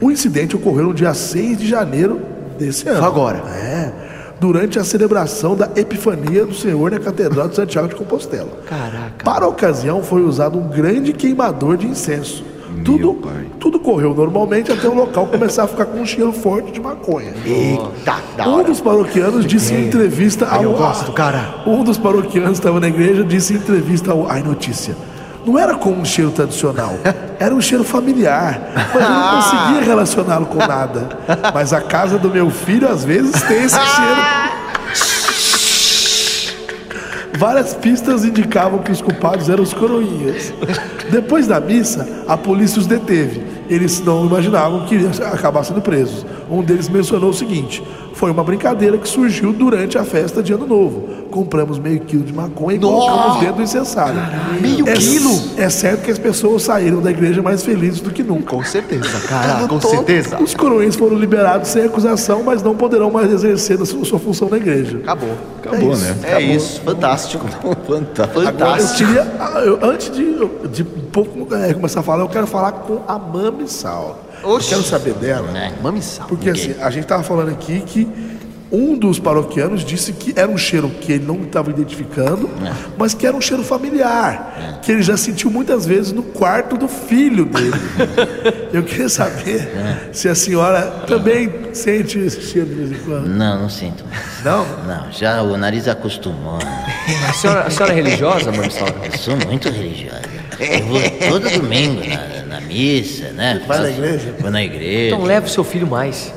O Um incidente ocorreu no dia 6 de janeiro desse ano. Só agora. É. Durante a celebração da Epifania do Senhor na Catedral de Santiago de Compostela. Caraca. Para a ocasião, foi usado um grande queimador de incenso. Tudo, pai. tudo correu normalmente até o local começar a ficar com um cheiro forte de maconha. Eita, da Um hora. dos paroquianos disse em entrevista ao. eu gosto, cara. Um dos paroquianos estava na igreja disse em entrevista ao Ai Notícia. Não era como um cheiro <laughs> tradicional, era um cheiro familiar, mas eu Ah. não conseguia relacioná-lo com nada. Mas a casa do meu filho às vezes tem <laughs> esse cheiro. Várias pistas indicavam que os culpados eram os coroinhas. Depois da missa, a polícia os deteve. Eles não imaginavam que iriam acabar sendo presos. Um deles mencionou o seguinte: foi uma brincadeira que surgiu durante a festa de Ano Novo. Compramos meio quilo de maconha e colocamos dentro do incensário. Meio é, quilo? É certo que as pessoas saíram da igreja mais felizes do que nunca. Com certeza, cara. Tava Com todo- certeza. Os coroinhas foram liberados sem acusação, mas não poderão mais exercer a sua sua função na igreja. Acabou. Acabou, isso. né? É isso. Fantástico. <laughs> Fantástico. Agora eu Fantástico. queria, ah, eu- antes de, de um pouco, é, começar a falar, eu quero falar com a Mami Sal. Eu Oxi. É, quero saber dela, Mamisal. porque assim, a gente tava falando aqui que um dos paroquianos disse que era um cheiro que ele não estava identificando, É. mas que era um cheiro familiar, que ele já sentiu muitas vezes no quarto do filho <laughs> dele. eu queria saber É. se a senhora também sente esse cheiro de vez em quando. Não, não sinto mais. Não? Não, já o nariz acostumou. né? A senhora, a senhora <laughs> é religiosa, Mamissauro? Eu sou muito religiosa. Eu vou todo domingo na, na missa, né? vai na igreja? Então Vou na igreja. Então leve o seu filho mais.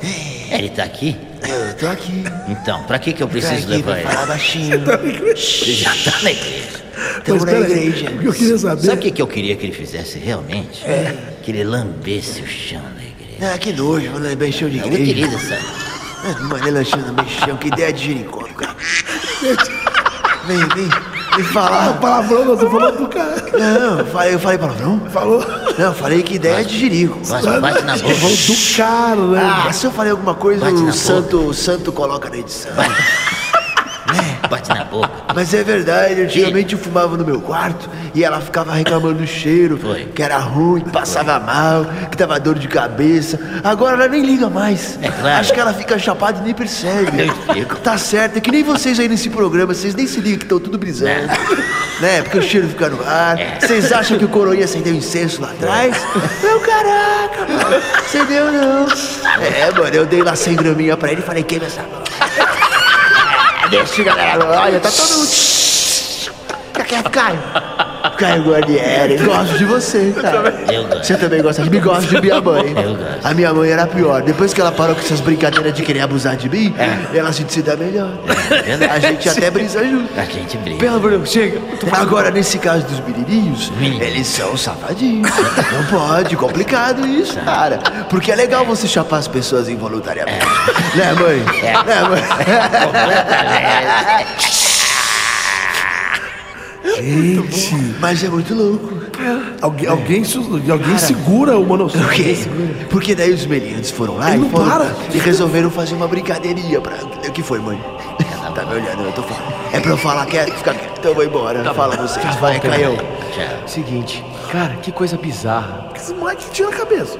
É, Ele tá aqui? É, Eu tô aqui. Então, pra que que eu preciso Aqui, levar vai falar ele? Ah, baixinho. Ele já tá na igreja. Mas Estamos um na peraí, igreja. o que eu queria saber... Sabe o que, que eu queria que ele fizesse realmente? É. Que ele lambesse o chão da igreja. Ah, que nojo, mano. É bem cheio de Eu não igreja. queria essa. Ah, Mano, ele achando bem chão. Que ideia de giricópio, cara. Vem, vem. Vem Ah, falar. palavrão, você falou pro cara. Não, eu falei, eu falei palavrão. Falou... Não, eu falei que ideia é de jirico. Bate, bate na boca. Palavrão do caramba. Ah, se eu falei alguma coisa, Bate na o boca. Né? santo, o santo coloca na edição. Bate na boca. Mas é verdade, antigamente eu fumava no meu quarto e ela ficava reclamando do cheiro, Foi. que era ruim, que passava mal, que dava dor de cabeça. Agora ela nem liga mais. É claro. Acho que ela fica chapada e nem percebe. Eu fico. Tá certo, é que nem vocês aí nesse programa, vocês nem se ligam que estão tudo brisando. Né? Porque o cheiro fica no ar. É. Vocês acham que o coroinha acendeu incenso lá atrás? Meu caraca, mano. Acendeu não. É, mano, eu dei lá 100 graminha pra ele e falei, queima essa mão. Deixa, galera. Olha, tá todo mundo. Caio, Caio. Caio Guarnieri, gosto de você, cara. Eu gosto. Você também gosta de mim, gosto de minha mãe. Eu gosto. A minha mãe era pior. Depois que ela parou com essas brincadeiras de querer abusar de mim, É. ela se se dá melhor. A gente até brisa junto. A gente briga. Pelo amor de Deus, chega. Agora, nesse caso dos menininhos, eles são safadinhos. Não pode, complicado isso, cara. Porque é legal você chapar as pessoas involuntariamente. Né, mãe? Né, mãe? Gente, Mas é muito louco. alguém, alguém, su- alguém segura o Por monossauro. quê? Porque daí os meliantes foram lá Ele e, não foram- para. e resolveram fazer uma brincadeirinha pra. O que foi, mãe? Tá me olhando, eu tô falando. Tá É pra eu falar quieto, fica quieto. Então eu vou embora. Fala É, vocês. Vai, bom, Caião. Tchau. Seguinte, cara, que coisa bizarra. Esse moleque tira a cabeça.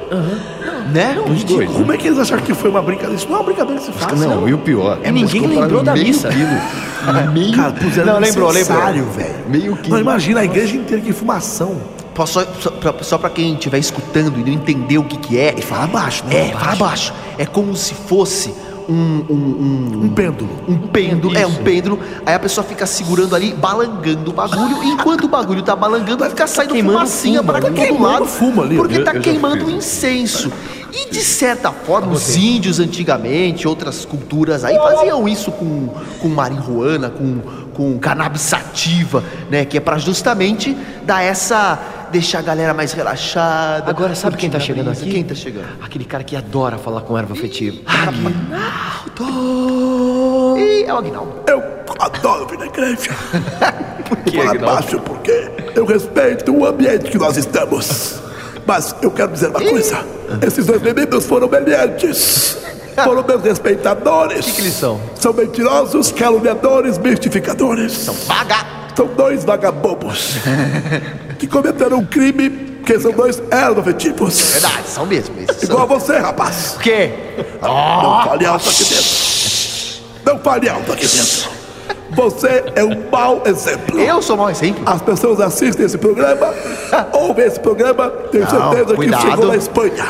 Né? Os dois. né? Como é que eles acharam que foi uma brincadeira? Isso não é uma brincadeira que se faz. né? Não, e o pior. E ninguém eles compraram lembrou da meio missa. Quilo. meio, Cara, puseram Não, lembrou, um lembrou. incensário, velho. meio quilo. Não, imagina a igreja inteira que fumação. Pô, Só, só, pra, só pra quem estiver escutando e não entender o que, que é. E fala baixo, né? É, fala baixo. É como se fosse um- um- um Hum. Um pêndulo. Um pêndulo, é um pêndulo. Aí a pessoa fica segurando ali, balangando o bagulho. Enquanto o bagulho tá balangando, vai ficar saindo queimando fumacinha fumo para ali. todo Queimando lado. fumo ali. Porque Eu- tá eu já queimando fiz o isso. incenso. E de certa Tá forma, os índios antigamente, outras culturas aí faziam isso com, com marihuana, com, com cannabis sativa, né? Que é pra justamente dar essa. deixar a galera mais relaxada. Agora, sabe quem tá curtir a chegando brisa. aqui? Quem tá chegando? Aquele cara que adora falar com erva afetiva. Ih, é o Agnaldo. Eu adoro vir na igreja. Por que, Agnaldo? baixo, porque eu respeito o ambiente que nós estamos. Mas eu quero dizer uma coisa. Esses dois meninos foram meliantes. Foram meus respeitadores. O que, eles são? São mentirosos, caluniadores, mistificadores. São Vaga! São dois <laughs> vagabobos que cometeram um crime porque são dois erdovetivos. É Verdade, são mesmo esses. Igual a você, rapaz. O quê? Oh! Não fale alto aqui dentro. Não fale alto aqui dentro. Você é um mau exemplo. Eu sou mau exemplo? As pessoas assistem esse <laughs> programa, ouvem esse programa, tenho Não, certeza cuidado. que chegou na Espanha.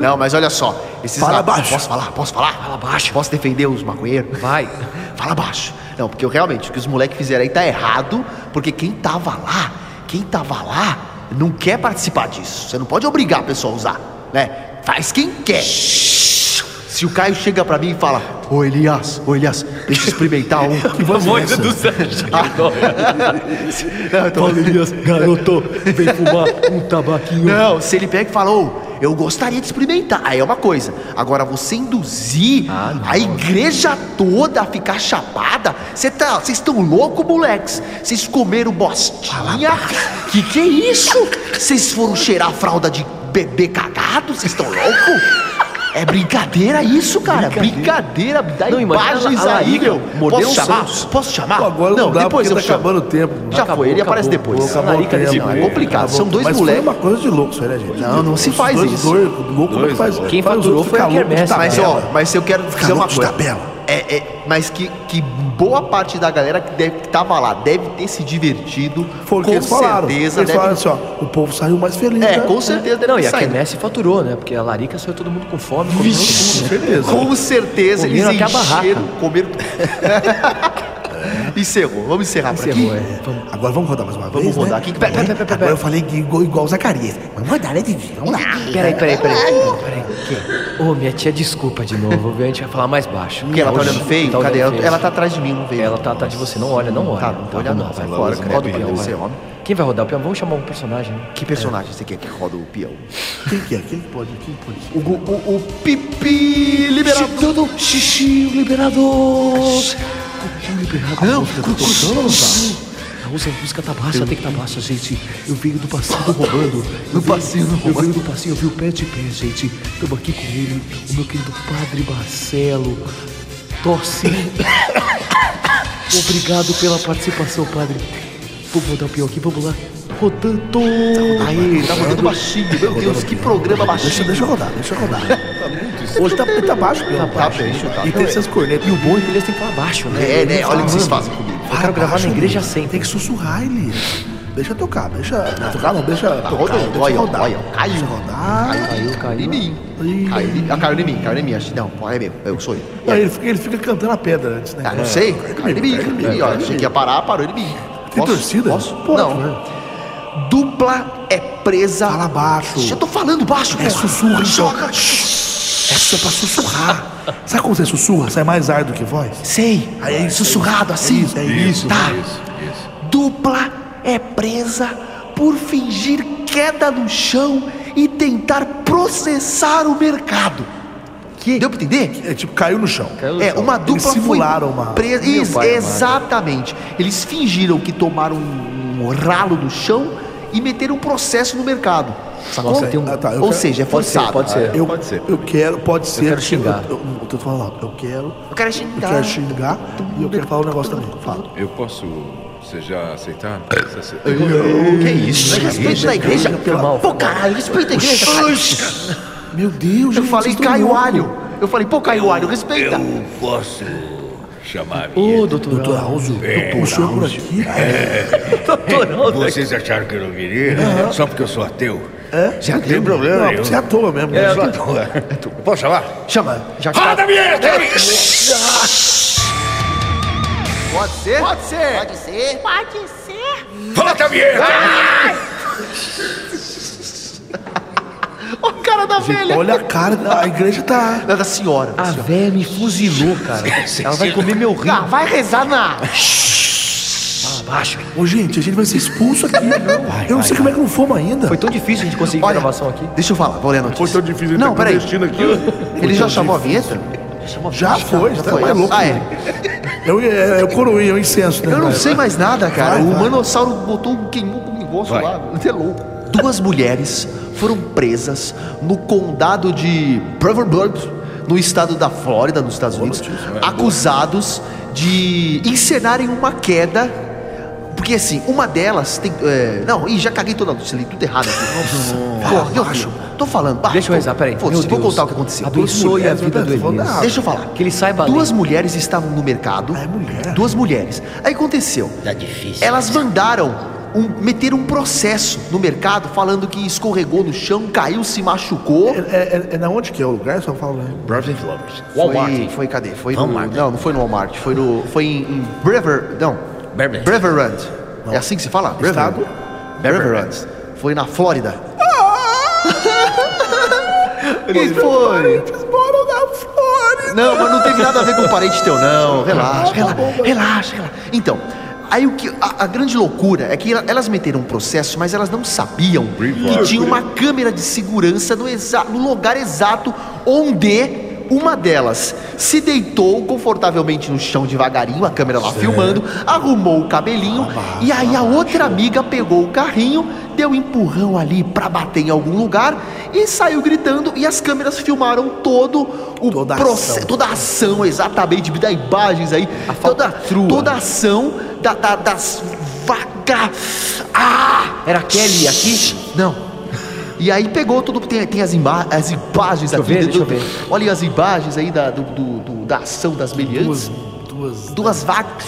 Não, mas olha só. Esses Fala ra- baixo. Posso falar? Posso falar? Fala baixo. Posso defender os maconheiros? Vai. Fala baixo. Não, porque eu realmente, o que os moleques fizeram aí tá errado, porque quem tava lá, quem tava lá, não quer participar disso. Você não pode obrigar a pessoa a usar, né? Faz quem quer. Se o Caio chega pra mim e fala, ô Elias, ô Elias, deixa eu <laughs> experimentar um. Ah, Que vamos nessa. <laughs> Sérgio. Não, eu tô- garoto, vem fumar um tabaquinho. Não, se ele pega e fala, ô, eu gostaria de experimentar, aí é uma coisa. Agora, você induzir Ah, não. a igreja toda a ficar chapada, você tá, vocês estão loucos, moleques. Vocês comeram bostinha? Que que é isso? Vocês foram cheirar a fralda de bebê cagado? Vocês estão loucos? É brincadeira isso, cara. Brincadeira. Me dá Não, imagina imagens a aí, Larica meu. mordeu Posso um chamar? Santos. Posso chamar? Pô, agora não dá, porque tá chamo. acabando o tempo. Já Acabou, foi, ele acabou, aparece depois. acabou, acabou o Larica desse tempo. não, é complicado. São dois né?" Mas moleques. foi uma coisa de louco isso aí, né, gente? Não, não se faz dois isso. Dois, louco, como é que faz? Dois, Quem Faz os faturou outros foi a ficar louco tá? de quermesse, tabela. Mas, ó, mas eu quero dizer uma louco de coisa. tabela. É, é, mas que, que boa parte da galera que, deve, que tava lá deve ter se divertido. Foi o que com eles falaram. certeza. eles deve- falaram assim, ó, o povo saiu mais feliz, É, né? com certeza deve Não, e ter a saído. Quermesse faturou, né? Porque a Larica saiu todo mundo com fome, comeu né? todo mundo. certeza. Com certeza Comeram eles até a barraca. encheram, comeram. <laughs> Encerrou, vamos encerrar por aqui. Encerrou, é. Vamos. Agora vamos rodar mais uma Vamos vez, rodar né? aqui. Pera, pera, pera, pera, Agora eu falei que igual, igual o Zacarias. Vamos rodar, né, Didi? Vamos lá. Peraí, peraí, peraí. Peraí, o quê? Ô, minha tia, desculpa de novo, viu? A gente vai falar mais baixo. Porque ela tá Hoje, olhando feio? olhando Cadê? Ela, feio. ela tá atrás de mim, não veio. Ela tá atrás de você. Não olha, não olha. Tá, não vou olhar vamos não, lá, vai vai. fora, Roda cara. o peão, Você é vai. homem. Quem vai rodar o peão? Vamos chamar um personagem, né? Que personagem você quer que roda o peão? Quem que é? Quem pode? Quem pode? O, gu- o, o pipi liberador. Todo xixi liberador. Não, Usa música tabaça, tem que tabaça, gente. Eu venho do passado roubando. No passinho, no Eu venho do passinho, eu vi o pé de pé, gente. Tamo aqui com ele, o meu querido Padre Marcelo. Torce. Obrigado pela participação, Padre. Vamos rodar o pior aqui, vamos lá. Rodando. Aí, tá rodando baixinho, meu Deus, que programa Deixa, baixinho. deixa eu rodar, deixa eu <laughs> rodar. Hoje tá, tá baixo, meu. Tá baixo, tá. E tem essas cornetas. E o bom é que eles têm que falar baixo, né? É, né? Olha o que vocês fazem comigo. Eu quero gravar na igreja meu. sempre. Tem que sussurrar, Elias. Deixa tocar, deixa. Não, tocar não, deixa. Tá, rodando, olha, olha, caiu. Deixa rodar. Caiu, Em caiu. mim. Ih. Caiu, em- ah, caiu em mim, caiu em mim. Acho, não, pô, é meu, eu sou eu. Não, ele, fica, ele fica cantando a pedra antes, né? Ah, não sei, caiu em mim, caiu em mim. ó, achei que ia parar, parou em mim. Tem torcida? Posso? Pode, não. né? Dupla é presa. Fala baixo. Eu tô falando baixo, É porra. sussurro, então. Joga. Essa é pra sussurrar. Sabe quando você sussurra? Sai mais ar do que voz? Sei. Aí, sussurrado assim. isso, é isso, Tá. Isso, isso. Dupla é presa por fingir queda no chão e tentar processar o mercado. Deu pra entender? É tipo, caiu no chão. É, uma Eles dupla foi simularam uma- presa. Meu Isso, pai amado. exatamente. Eles fingiram que tomaram um ralo do chão e meteram um processo no mercado. Sacou? Nossa, tem um- Ah, tá, eu Ou quero- seja, é Pode ser, forçado. pode ser. Eu, Pode ser. Eu quero, pode ser. quero xingar. Eu, eu, eu tô falando, eu quero. Eu quero Eu Tá. xingar. quero xingar e eu quero falar um negócio também. Fala. Eu posso. Você já aceitaram? Você ace- Que isso? Respeito da igreja. Foi mal, foi Pô, caralho, respeito da igreja. cara. Meu Deus, Eu gente, falei, vocês tão Caio louco. Alho. Eu falei, pô, Caio Alho, respeita. Eu posso chamar a Ô, vinheta? doutor. Doutor Alzo, é, o senhor por aqui. Vocês acharam que eu não viria? Só porque eu sou ateu? Já tem problema. Não, eu... você é à toa mesmo. Eu né? sou ateu. Posso chamar? Chama. Já Roda a vinheta! É. Pode ser? Pode ser. Pode ser? Pode ser? Roda a vinheta! Ó, o cara da velha. Olha a cara, a igreja tá. Da da senhora. da A senhora. véia me fuzilou, cara. Ela vai comer meu rim. Ah, vai rezar na. baixo. Ô, gente, a gente vai ser expulso aqui. né? eu não sei como é que não fomos ainda. Foi tão difícil a gente conseguir Olha, gravação aqui. deixa eu falar, vou ler a notícia. Foi tão difícil Não, entrar peraí. destino aqui. ó. Ele já chamou a vinheta? Já foi, já foi. foi. É louco. Ah, é. Eu, é, é o coroinha, é o incenso, né? Eu não cara? sei mais nada, cara. Vai, o vai. manossauro botou, queimou com um negócio Vai. lá. Você é louco. Duas mulheres foram presas no condado de Brevenbrook, no estado da Flórida, nos Estados Unidos, acusados de encenarem uma queda. Porque assim, uma delas tem. é, não, ih, já caguei toda a notícia, li tudo errado aqui. Porra, eu acho. Tô falando. bah, Deixa eu tô- rezar, peraí. Foda-se, Meu vou Deus. contar o que aconteceu. Abençoe a mulheres, vida eu tô do falando Elias. nada. Deixa eu falar. Ah, Que ele saiba além. Duas mulheres estavam no mercado. Ah, é mulher. Duas mulheres. Aí aconteceu. Tá difícil. Elas mandaram um, meter um processo no mercado falando que escorregou no chão, caiu, se machucou. É, é- é na onde que é o lugar? Só fala. Brother Flowers. Foi, foi cadê? Foi no, Walmart. não, não foi no Walmart, foi no foi em, em Brever, não. Bremerton. Breverand. É assim que se fala? Breverand. Breverand. Foi na Flórida. <laughs> Quem foi? moram na Flórida. Não, mas não teve nada a ver com parente teu, não. Relaxa, relaxa, relaxa, relaxa. Então, aí o que. A, a grande loucura é que ela- elas meteram um processo, mas elas não sabiam que tinha uma câmera de segurança no, exa- no lugar exato onde. Uma delas se deitou confortavelmente no chão devagarinho, a câmera lá filmando, arrumou o cabelinho Ah, e aí a outra amiga pegou o carrinho, deu um empurrão ali pra bater em algum lugar e saiu gritando e as câmeras filmaram todo o Toda a processo, ação. toda a ação, exatamente, me dá imagens aí. toda, falcatrua. toda a ação da, da- das vaca. Ah! Era aquele aqui? Não. E aí pegou tudo, tem, tem as, ima as imagens eu aqui. ver, do- deixa eu do- ver. Olha as imagens aí da, Ah, do, do- do- da ação das meliantes. Duas, vacas.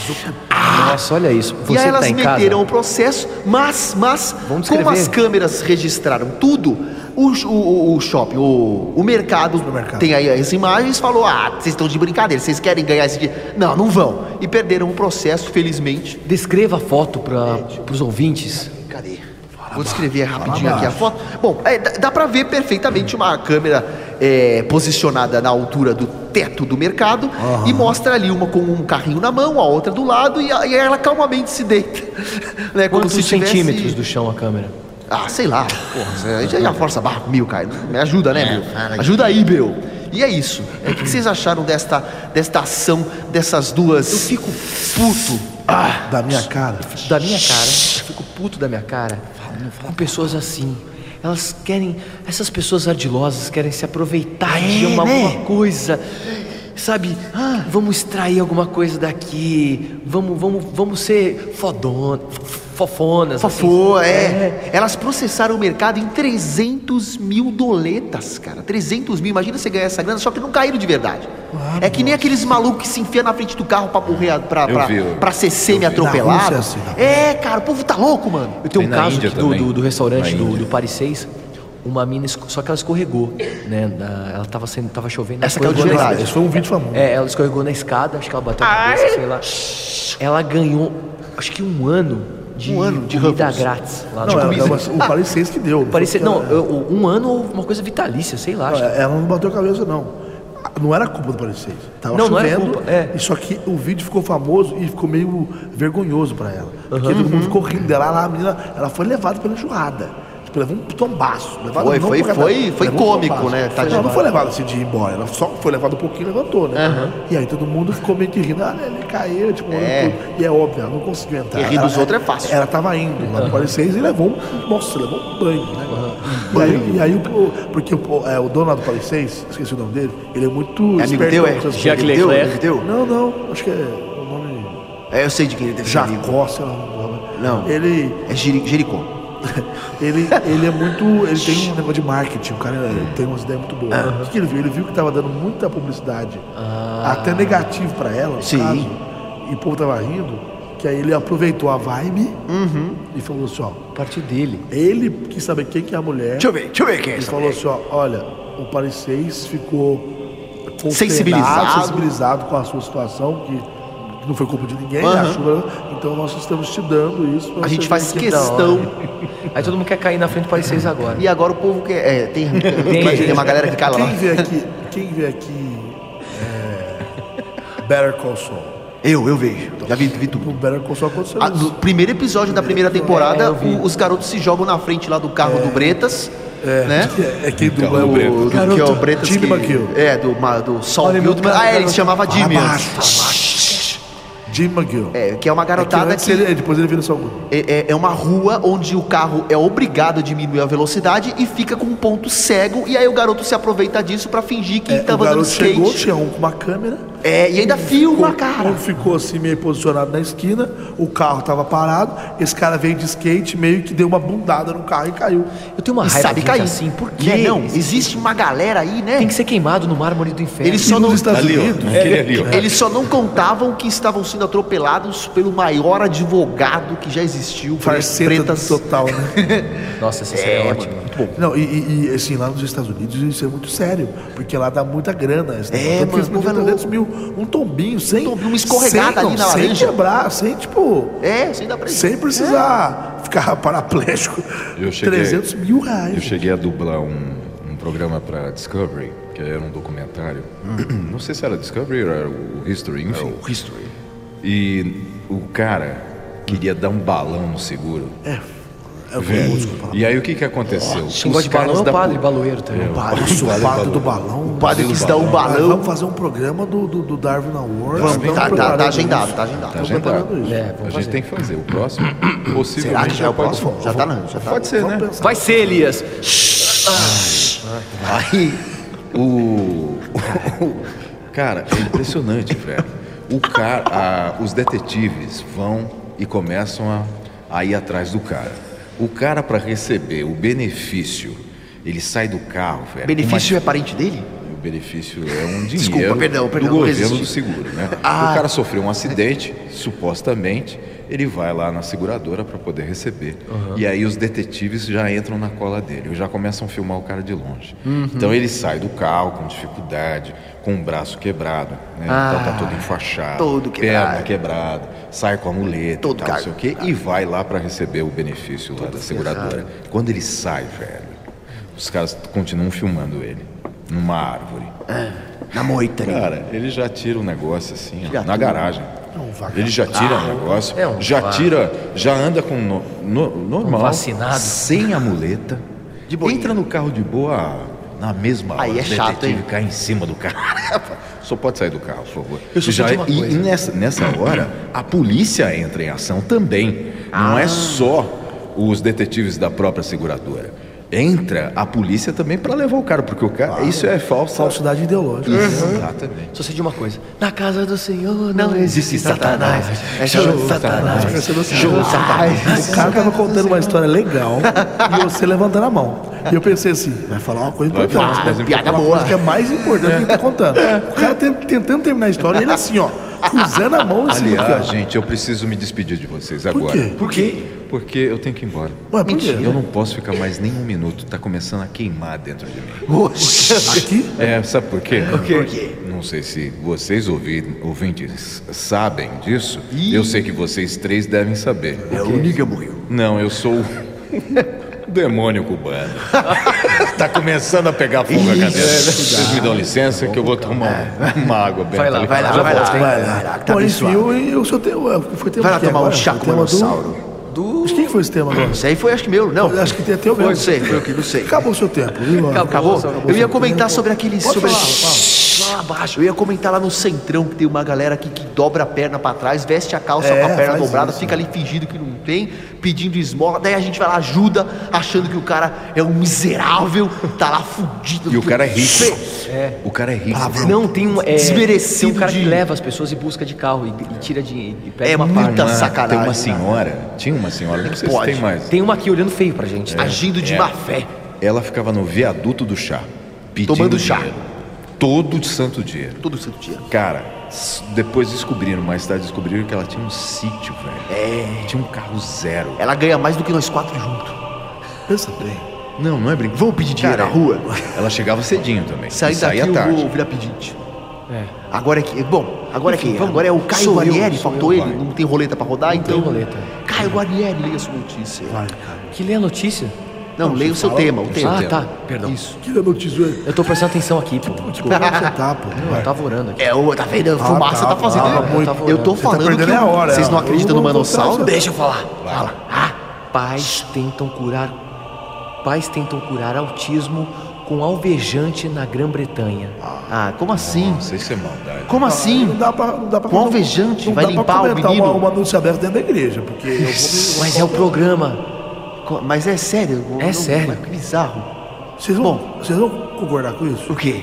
Nossa, olha isso. Você e aí que elas tá em casa. meteram o processo, mas, mas, Vamos como descrever. as câmeras registraram tudo, o, sh- o- o- o shopping, o, o mercado, Supermercado. tem aí as imagens, falou: ah, vocês estão de brincadeira, vocês querem ganhar esse dinheiro. Não, não vão. E perderam o processo, felizmente. Descreva a foto para os ouvintes. Cadê? Vou descrever rapidinho aqui a foto. Bom, é, dá, dá pra ver perfeitamente uma câmera é, posicionada na altura do teto do mercado e mostra ali uma com um carrinho na mão, a outra do lado e, a- e ela calmamente se deita. <laughs> Né, como Quantos se tivesse- centímetros do chão a câmera? Ah, sei lá. Porra, Zé, aí já, já força a barra pro mil, cara. Me ajuda, né, É, meu? fala aí. Ajuda aí, meu. E é isso. É, O que que vocês acharam desta, desta ação, dessas duas... Eu fico puto. Da minha cara. Da minha cara, eu fico puto da minha cara. Com pessoas assim. Elas querem. Essas pessoas ardilosas querem se aproveitar É, de uma, né? alguma coisa. Sabe? Ah. Vamos extrair alguma coisa daqui. Vamos, vamos, vamos ser fodona, fofonas. Fofô, assim. é. Elas processaram o mercado em 300 mil doletas, cara. 300 mil. Imagina você ganhar essa grana, só que não caíram de verdade. é que nem aqueles malucos que se enfiam na frente do carro pra morrer, a- pra, Eu pra, vi, eu- pra ser Na Rússia semi-atropelado. é assim, na É, cara, o povo tá louco, mano. Eu tenho um Tem na caso Índia aqui do, também. do, do restaurante Na do, Índia. do Paris 6. Uma mina, esco- só que ela escorregou, né? na- Ela tava, sendo, tava chovendo. ela Essa que é o de escorregou na verdade. Isso foi um vídeo famoso. É, ela escorregou na escada, acho que ela bateu a cabeça, sei lá. Ela ganhou, acho que um ano de, Um ano de comida Ruffles. grátis É, lá tipo Não, no ela, Disney. ela- o Paris 6 que <laughs> deu. Parecia, não, eu- um ano ou uma coisa vitalícia, sei lá. acho que- Ela não bateu a cabeça, não. Não era culpa do Paris 6. Tava Não, não era chovendo. culpa, é. E só que o vídeo ficou famoso e ficou meio vergonhoso pra ela. Uhum, Porque todo mundo ficou rindo dela. Ela, a menina, ela foi levada pela enxurrada. Tipo, levou um tombaço. Levada Foi, não foi- por causa da- foi- foi levou um cômico, tombaço. né, tadinha. Ela não foi levada assim de ir embora. Ela só foi levada um pouquinho e levantou, né? E aí todo mundo ficou meio que rindo. Ah, ele caiu, tipo, olhando É. tudo. E é óbvio, ela não conseguiu entrar. E rir Ela- dos outros é fácil. Ela tava indo lá no 46 e levou um. Nossa, levou um banho, né? E aí, e aí o, o- porque o, é, o dono lá do 46, esqueci o nome dele, ele é muito. É amigo teu, é? com essas Jacques coisas. Leclerc. Amigo teu? Não, não. Acho que é o nome. É, eu sei de quem ele deve ser amigo. Jacó, sei lá. o nome. Não. Ele, É Jeri- Jericó. <laughs> ele, ele é muito. Ele tem um negócio de marketing, o cara tem umas ideias muito boas. O que que ele viu? Ele viu que tava dando muita publicidade, até negativo pra ela, no Ah. Sim. caso, e o povo tava rindo, que aí ele aproveitou a vibe Uhum. e falou assim: ó, é. Partiu dele. ele quis saber quem que é a mulher. Deixa eu ver, deixa eu ver quem é Ele essa falou assim, ó, olha, o Paris 6 ficou consternado, Sensibilizado. sensibilizado com a sua situação, que não foi culpa de ninguém, Aham. a chuva, então nós estamos te dando isso. pra A você gente faz ver quem- da questão. Aí todo mundo quer cair na frente do Paris 6 agora. E agora o povo quer. É, tem, <laughs> tem, uma galera que cala lá. Quem vê aqui, quem vê aqui é, Better Call Saul? Eu, eu vejo. Já vi, vi tudo. O Better Call Saul aconteceu Ah, isso. no primeiro episódio da primeira temporada, É, o- os garotos se jogam na frente lá do carro do Bretas. Né? É, é quem dubla é Carro o... Preto. Do, Garoto, que é o Bretas Jimmy que- McGill. É, do, ma- do Sol Olha, meu Milton. garoto, Ah, é, ele se chamava Jimmy. Abaixo, antes. Jim McGill. É, que é uma É que garotada antes que, ele- depois ele vira só um. é, é- é uma rua onde o carro é obrigado a diminuir a velocidade e fica com um ponto cego. E aí o garoto se aproveita disso pra fingir que É, o tava andando garoto de skate. chegou, tinha um com uma câmera. É, e ainda filma, cara. Um ficou assim meio posicionado na esquina, o carro tava parado, esse cara veio de skate, meio que deu uma bundada no carro e caiu. Eu tenho uma E raiva sabe de cair. assim, por quê? Né, não, existe uma galera aí, né? Tem que ser queimado no mármore do inferno. Eles só E nos não Estados Ali, ó. Unidos, Aquele É, ali, ó. Eles só não contavam que estavam sendo atropelados pelo maior advogado que já existiu. farceta total, né? <laughs> Nossa, essa série é, ótima. Não, e, e- e, assim, lá nos Estados Unidos isso é muito sério, porque lá dá muita grana. esse negócio. É, mano, Porque o povo é 300 mil, um tombinho, sem... Um tombinho, uma escorregada sem, ali na não, Sem laranja. quebrar, sem, tipo... É, sem dar pra isso. É. Sem precisar ficar <laughs> paraplégico. Eu cheguei- 300 mil reais. Eu cheguei a dublar um, um programa pra Discovery, que era um documentário. Não sei se era Discovery ou era o History, enfim. o History. E o cara queria dar um balão no seguro. É o velho. músico fala. E aí o que que aconteceu? Quem gosta caras de balão é o da padre po- baloeiro também. Padre, o suado do balão. O padre quis dar um balão. Vamos fazer um programa do, do, do Darwin Awards. Vamos, tá, tá, preparando tá isso. agendado, tá agendado. Tá agendado. isso. É, A vamos gente fazer. tem que fazer. O próximo, Será que possivelmente, já é o pode- próximo? Já tá, não, já tá. Pode ser, né? É. Vai ser, Elias. O. <laughs> cara, é impressionante, velho. O cara. a- os detetives vão e começam a, a ir atrás do cara. O cara, pra receber o benefício, ele sai do carro, velho. com Benefício uma- é parente dele? O benefício é um dinheiro Desculpa, perdão, perdão, do não governo resisti. do seguro, né? Ah. O cara sofreu um acidente, supostamente, ele vai lá na seguradora para poder receber. E aí os detetives já entram na cola dele, já começam a filmar o cara de longe. Uhum. Então ele sai do carro com dificuldade, com o braço quebrado, né? então tá todo enfaixado, Ah, todo perna quebrado. quebrada, sai com a muleta, Todo e tal, não sei o quê, cagado. e vai lá para receber o benefício lá da seguradora. Quando ele sai, velho, os caras continuam filmando ele numa árvore. Na moita, né? Cara, ele já tira o negócio assim, ó, Tira Ah, na tudo. garagem. ele já tira o negócio, é um já vago. tira, já anda com no, no- normal, vacinado. sem a muleta, De boinha. entra no carro de boa na mesma hora. Aí é o chato, detetive hein? cai em cima do carro. <laughs> Só pode sair do carro, por favor. Eu só já, senti uma e coisa. e nessa, nessa hora, a polícia entra em ação também. Não Ah. é só os detetives da própria seguradora. Entra a polícia também para levar o cara, porque o cara. Isso é falsa. Falsidade ideológica. Uhum. Uhum. Uhum. Exatamente. Só sei de uma coisa. Na casa do Senhor não, existe existe Satanás. Satanás. É show Satanás. um Show Satanás. assim. O cara tava contando uma história legal e você levantando a mão. E eu pensei assim, vai falar uma coisa Vai falar importante, uma né? coisa Piada importante. boa. Que é mais importante do que tá contando. O cara tem- tentando terminar a história e ele assim, ó, cruzando a mão assim, cara. Aliás, gente, eu preciso me despedir de vocês agora. quê? Por quê? Porque eu tenho que ir embora. Ué, por quê? Eu não posso ficar mais nem um minuto. Tá começando a queimar dentro de mim. Aqui? É, sabe por quê? Por quê? Não sei se vocês ouvi- ouvintes sabem disso. Eu sei que vocês três devem saber. É o Niga morreu. Não, eu sou o <laughs> demônio cubano. tá começando a pegar fogo a cadeira. Vocês me dão licença que eu vou tomar uma água Tá bem Vai lá, ali. vai lá, Já vai lá. volto. Vai vai lá, lá. que tá Bom, enfim, abençoado. eu, eu sou teu. eu- Foi tema Vai lá de quê tomar um agora? chá Foi com o tema do- dinossauro. Mas Quem foi esse tema agora? Isso aí foi, acho que meu, não. Eu Acho que tem até o meu. Não sei, foi o que não sei. Acabou o seu tempo, viu? Acabou? Eu ia comentar sobre aquele. Pode Sobre... falar, fala. Lá abaixo. Eu ia comentar lá no centrão que tem uma galera que, que dobra a perna pra trás, veste a calça É, com a perna faz dobrada, isso. fica ali fingindo que não tem, pedindo esmola. Daí a gente vai lá, ajuda, achando que o cara é um miserável, tá lá fudido. E o cara é rico. Fe- O cara é rico. Não, tem um. É, Desmerecido Tem um cara que de- leva as pessoas e busca de carro e, e tira dinheiro. E pega É uma muita parte. sacanagem, Tem uma né? senhora, tinha uma senhora, não sei se Pode. tem mais. Tem uma aqui olhando feio pra gente. né? Agindo de É. má fé. Ela ficava no viaduto do chá, pedindo Tomando chá. dinheiro. Todo santo dia. Todo santo dia. Cara, s- depois descobriram, mais tarde descobriram que ela tinha um sítio, velho. É. Tinha um carro zero. Ela ganha mais do que nós quatro juntos. Pensa bem. Não, não é brincadeira. Vamos pedir dinheiro na rua? Ela chegava cedinho também. Sair e saía daqui eu é tarde. vou virar pedinte. Agora é que. Bom, agora é que. vamos. Agora é o Caio Sou eu, Guarnieri, sou faltou eu, ele, vai. não tem roleta pra rodar, tem então. roleta. Caio Guarnieri, liga sua notícia. Que lê a notícia. Não, leia o seu tema, o tema. Ah, tá. Perdão. Isso. Tira meu tesouro. Eu tô prestando atenção aqui, pô. Desculpa. Como é que você tá, pô? Eu tava orando aqui. É, o, tá vendo? A fumaça tá, tá, fazendo. tá, eu, muito. eu tô Você tá falando perdendo que a hora, vocês não ó. acreditam Eu não no vou manossauro? contar Deixa eu falar. Fala. Ah, pais tentam curar. Pais tentam curar autismo com alvejante na Grã-Bretanha. Ah, como assim? Não sei se é maldade. Como assim? Não dá pra. Não dá pra Com alvejante, não vai dá pra limpar o comentar menino? Uma, uma anúncio aberto dentro da igreja, porque eu vou me- Mas é o programa. Co- Mas é sério? eu- É eu- sério. Que bizarro. Vocês vão, vocês vão concordar com isso? O quê?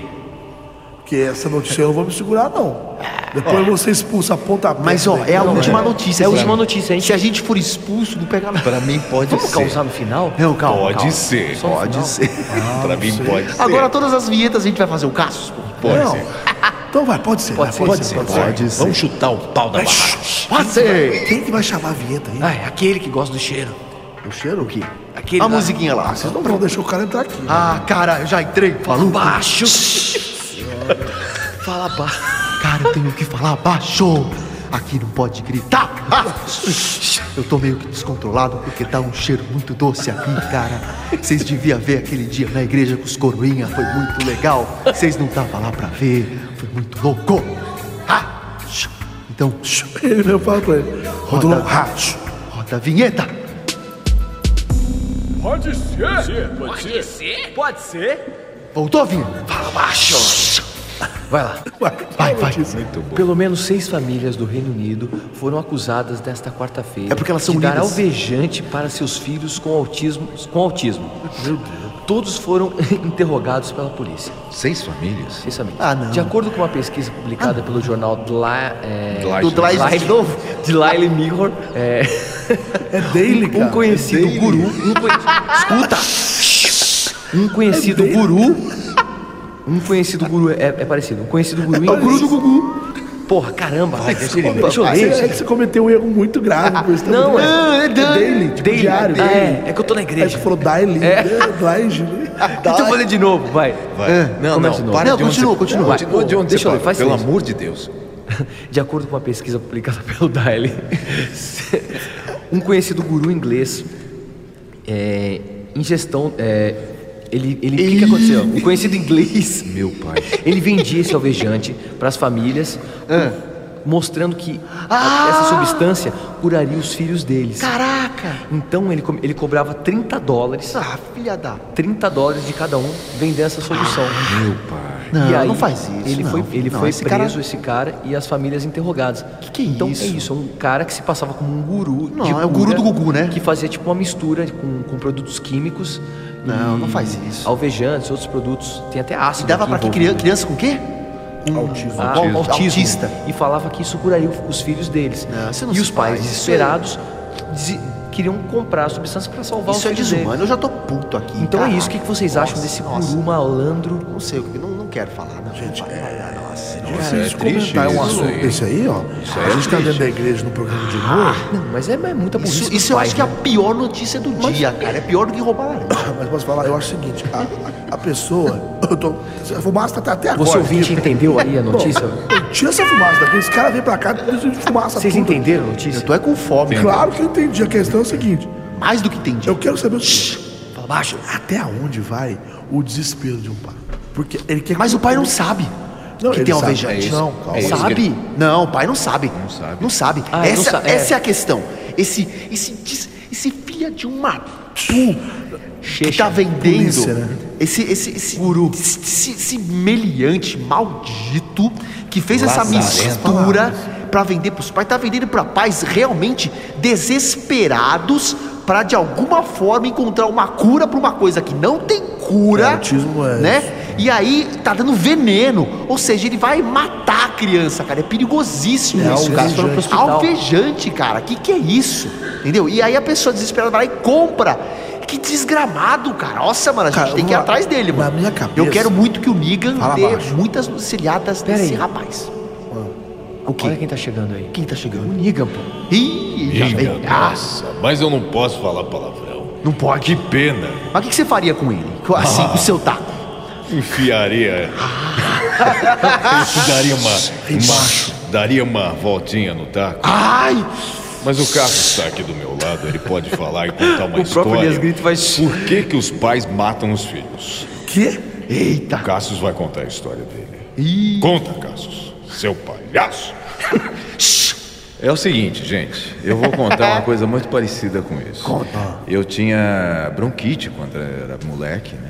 Porque essa notícia eu não vou me segurar, não. Depois você expulsa a ponta Mas ó, é a última notícia. É a Se- última notícia, hein? Se a gente for expulso, não pega nada. Pra mim pode Vamos ser. causar no final? Não, calma. Pode calma. ser. Só no final. Pode ser. um Pra mim pode ser. Agora todas as vinhetas a gente vai fazer o Cassius, pô. pode Não. ser. Então vai, pode ser. Pode vai, ser, pode ser. Pode ser. Vamos chutar o pau da barraca. Pode ser. Quem que vai chamar a vinheta aí? Ah, é aquele que gosta do cheiro. O cheiro o quê? Aquele a lá. musiquinha lá. Vocês não vão deixar o cara entrar aqui. Ah, cara, eu já entrei. Falou. Baixo. Fala baixo. Cara, eu tenho que falar baixo. Aqui não pode gritar. Ah. Eu tô meio que descontrolado porque tá um cheiro muito doce aqui, cara. Vocês deviam ver aquele dia na igreja com os coroinha, foi muito legal. Vocês não estavam lá pra ver, foi muito louco. Ah, Então, Ele mesmo fala pra ele. Rodolão, racho. roda a vinheta. Pode ser. Pode ser. Voltou a vinheta? Fala baixo. Vai lá. Vai, vai. Pelo menos seis famílias do Reino Unido foram acusadas nesta quarta-feira É porque elas são de dar unidas. alvejante para seus filhos com autismo. Com autismo. Todos foram <laughs> interrogados pela polícia. Seis famílias? Seis famílias. Ah, não. De acordo com uma pesquisa publicada pelo jornal Dla, é, Dly- Do Dly- Dly- de novo? Dly Mirror, é, É dele, cara. <laughs> um conhecido É guru, um conhe- escuta, um conhecido guru, um conhecido guru é, é parecido, um conhecido guru, é o guru do Gugu. Porra, caramba, deixa eu ler, deixa eu Ah, ler, você- é que você cometeu um erro muito grave. Por isso tá Não, muito grave. é é- Dale. Dale, tipo, Dale, diário. ah, Dale. é, é que eu tô na Aí igreja. você falou Daily, É. é. Daily. Deixa Então eu fazer de novo, vai. Vai. Não, Começa de não, novo. para Não, de onde continua, você- continua. Continua de onde Deixa você eu ler, parou, faz Pelo silêncio. amor de Deus. De acordo com uma pesquisa publicada pelo Daily, um conhecido guru inglês é, em gestão. é, ele, ele, o que, que aconteceu? Um conhecido inglês. Meu pai. Ele vendia esse alvejante para as famílias, mostrando que Ah! a- essa substância curaria os filhos deles. Caraca. Então ele, co- ele cobrava 30 dólares, Ah, filha da... 30 dólares de cada um vendendo essa solução. Ah, Meu pai. Não, e aí, não faz isso. Ele não. foi, ele Não, foi esse preso, cara- esse cara, e as famílias interrogadas. Que que é então, isso? é isso, é um cara que se passava como um guru. Não, de é o guru cura, do Gugu, né? Que fazia tipo uma mistura com, com produtos químicos. Não, e não faz isso. Alvejantes, outros produtos. Tem até ácido. Dava pra que envolvido. criança, criança com o quê? Um Autismo. Ah, Autismo. autismo. Autista. E falava que isso curaria os filhos deles. Não, isso não e se os pais, faz, isso é- desesperados, desi- queriam comprar a substância pra salvar Isso é os filhos deles. desumano, eu já tô puto aqui. Então é isso. O que, que caraca. vocês acham Nossa, desse nossa. guru é, malandro? Não sei, eu não, não quero falar, não. Gente, nossa. Nossa, é Se triste comentar um isso assunto aí. Ah. desse aí, ó. aí a é gente tá triste. dentro da igreja no programa de humor. Não, mas é, é muita burrice. Isso, dos isso eu pais, acho que é né? a pior notícia do dia, cara. É pior do que roubar laranja. Ah, Mas posso falar, eu acho o seguinte, a- a, a pessoa. <laughs> Eu tô. A fumaça tá até agora. Você ouvinte aqui. entendeu aí a Bom, notícia? Tira essa fumaça daqui, esse cara vem pra cá, deixa de fumaça. Vocês tudo. entenderam a notícia? Tu é com fome. Claro que eu entendi. A questão é o seguinte: Mais do que tem dia. eu quero saber o seguinte. Fala baixo. Até onde vai o desespero de um pai? Porque ele quer. Mas o pai não sabe. Não, que ele tem sabe. alvejante. É isso. Não, calma. É isso sabe? que ele- Não, o pai não sabe. Não sabe. Não sabe. Ah, ele essa, não sa- é. essa é a questão. Esse, esse, des- esse filho de uma tu que Checha. tá vendendo Polícia, né? esse, esse, esse guru, esse, esse- esse meliante maldito que fez essa Lazarento. mistura pra vender pros pais, tá vendendo pra pais realmente desesperados pra de alguma forma encontrar uma cura pra uma coisa que não tem cura, É, autismo é né? E aí tá dando veneno, ou seja, ele vai matar a criança, cara. É perigosíssimo É isso, cara. alvejante. Foram pro hospital. Alvejante, cara. Que que é isso? Entendeu? E aí a pessoa desesperada vai lá e compra. Que desgramado, cara. Nossa, mano, a gente Cara, tem que ir na- atrás dele, na mano. minha cabeça- Eu quero muito que o Negan Fala dê baixo. muitas auxiliadas Pera desse aí. rapaz. O Olha quê? quem tá chegando aí. Quem tá chegando? O Niga, pô. Ih, já Minha vem. Ah, nossa, mas eu não posso falar palavrão. não pode. Que pena. Mas o que, que você faria com ele? Ah. Com- Assim, com o seu taco? <laughs> Enfiaria. daria uma, uma. Daria uma voltinha no taco. Ai! Mas o Cássio está aqui do meu lado, ele pode falar e contar uma O próprio história. Elias Grito vai- Por que, que os pais matam os filhos? Que? O Cassius vai contar a história dele. Conta, Cassius, seu palhaço. É o seguinte, gente, eu vou contar uma coisa muito parecida com isso. Conta. Eu tinha bronquite quando era moleque, né?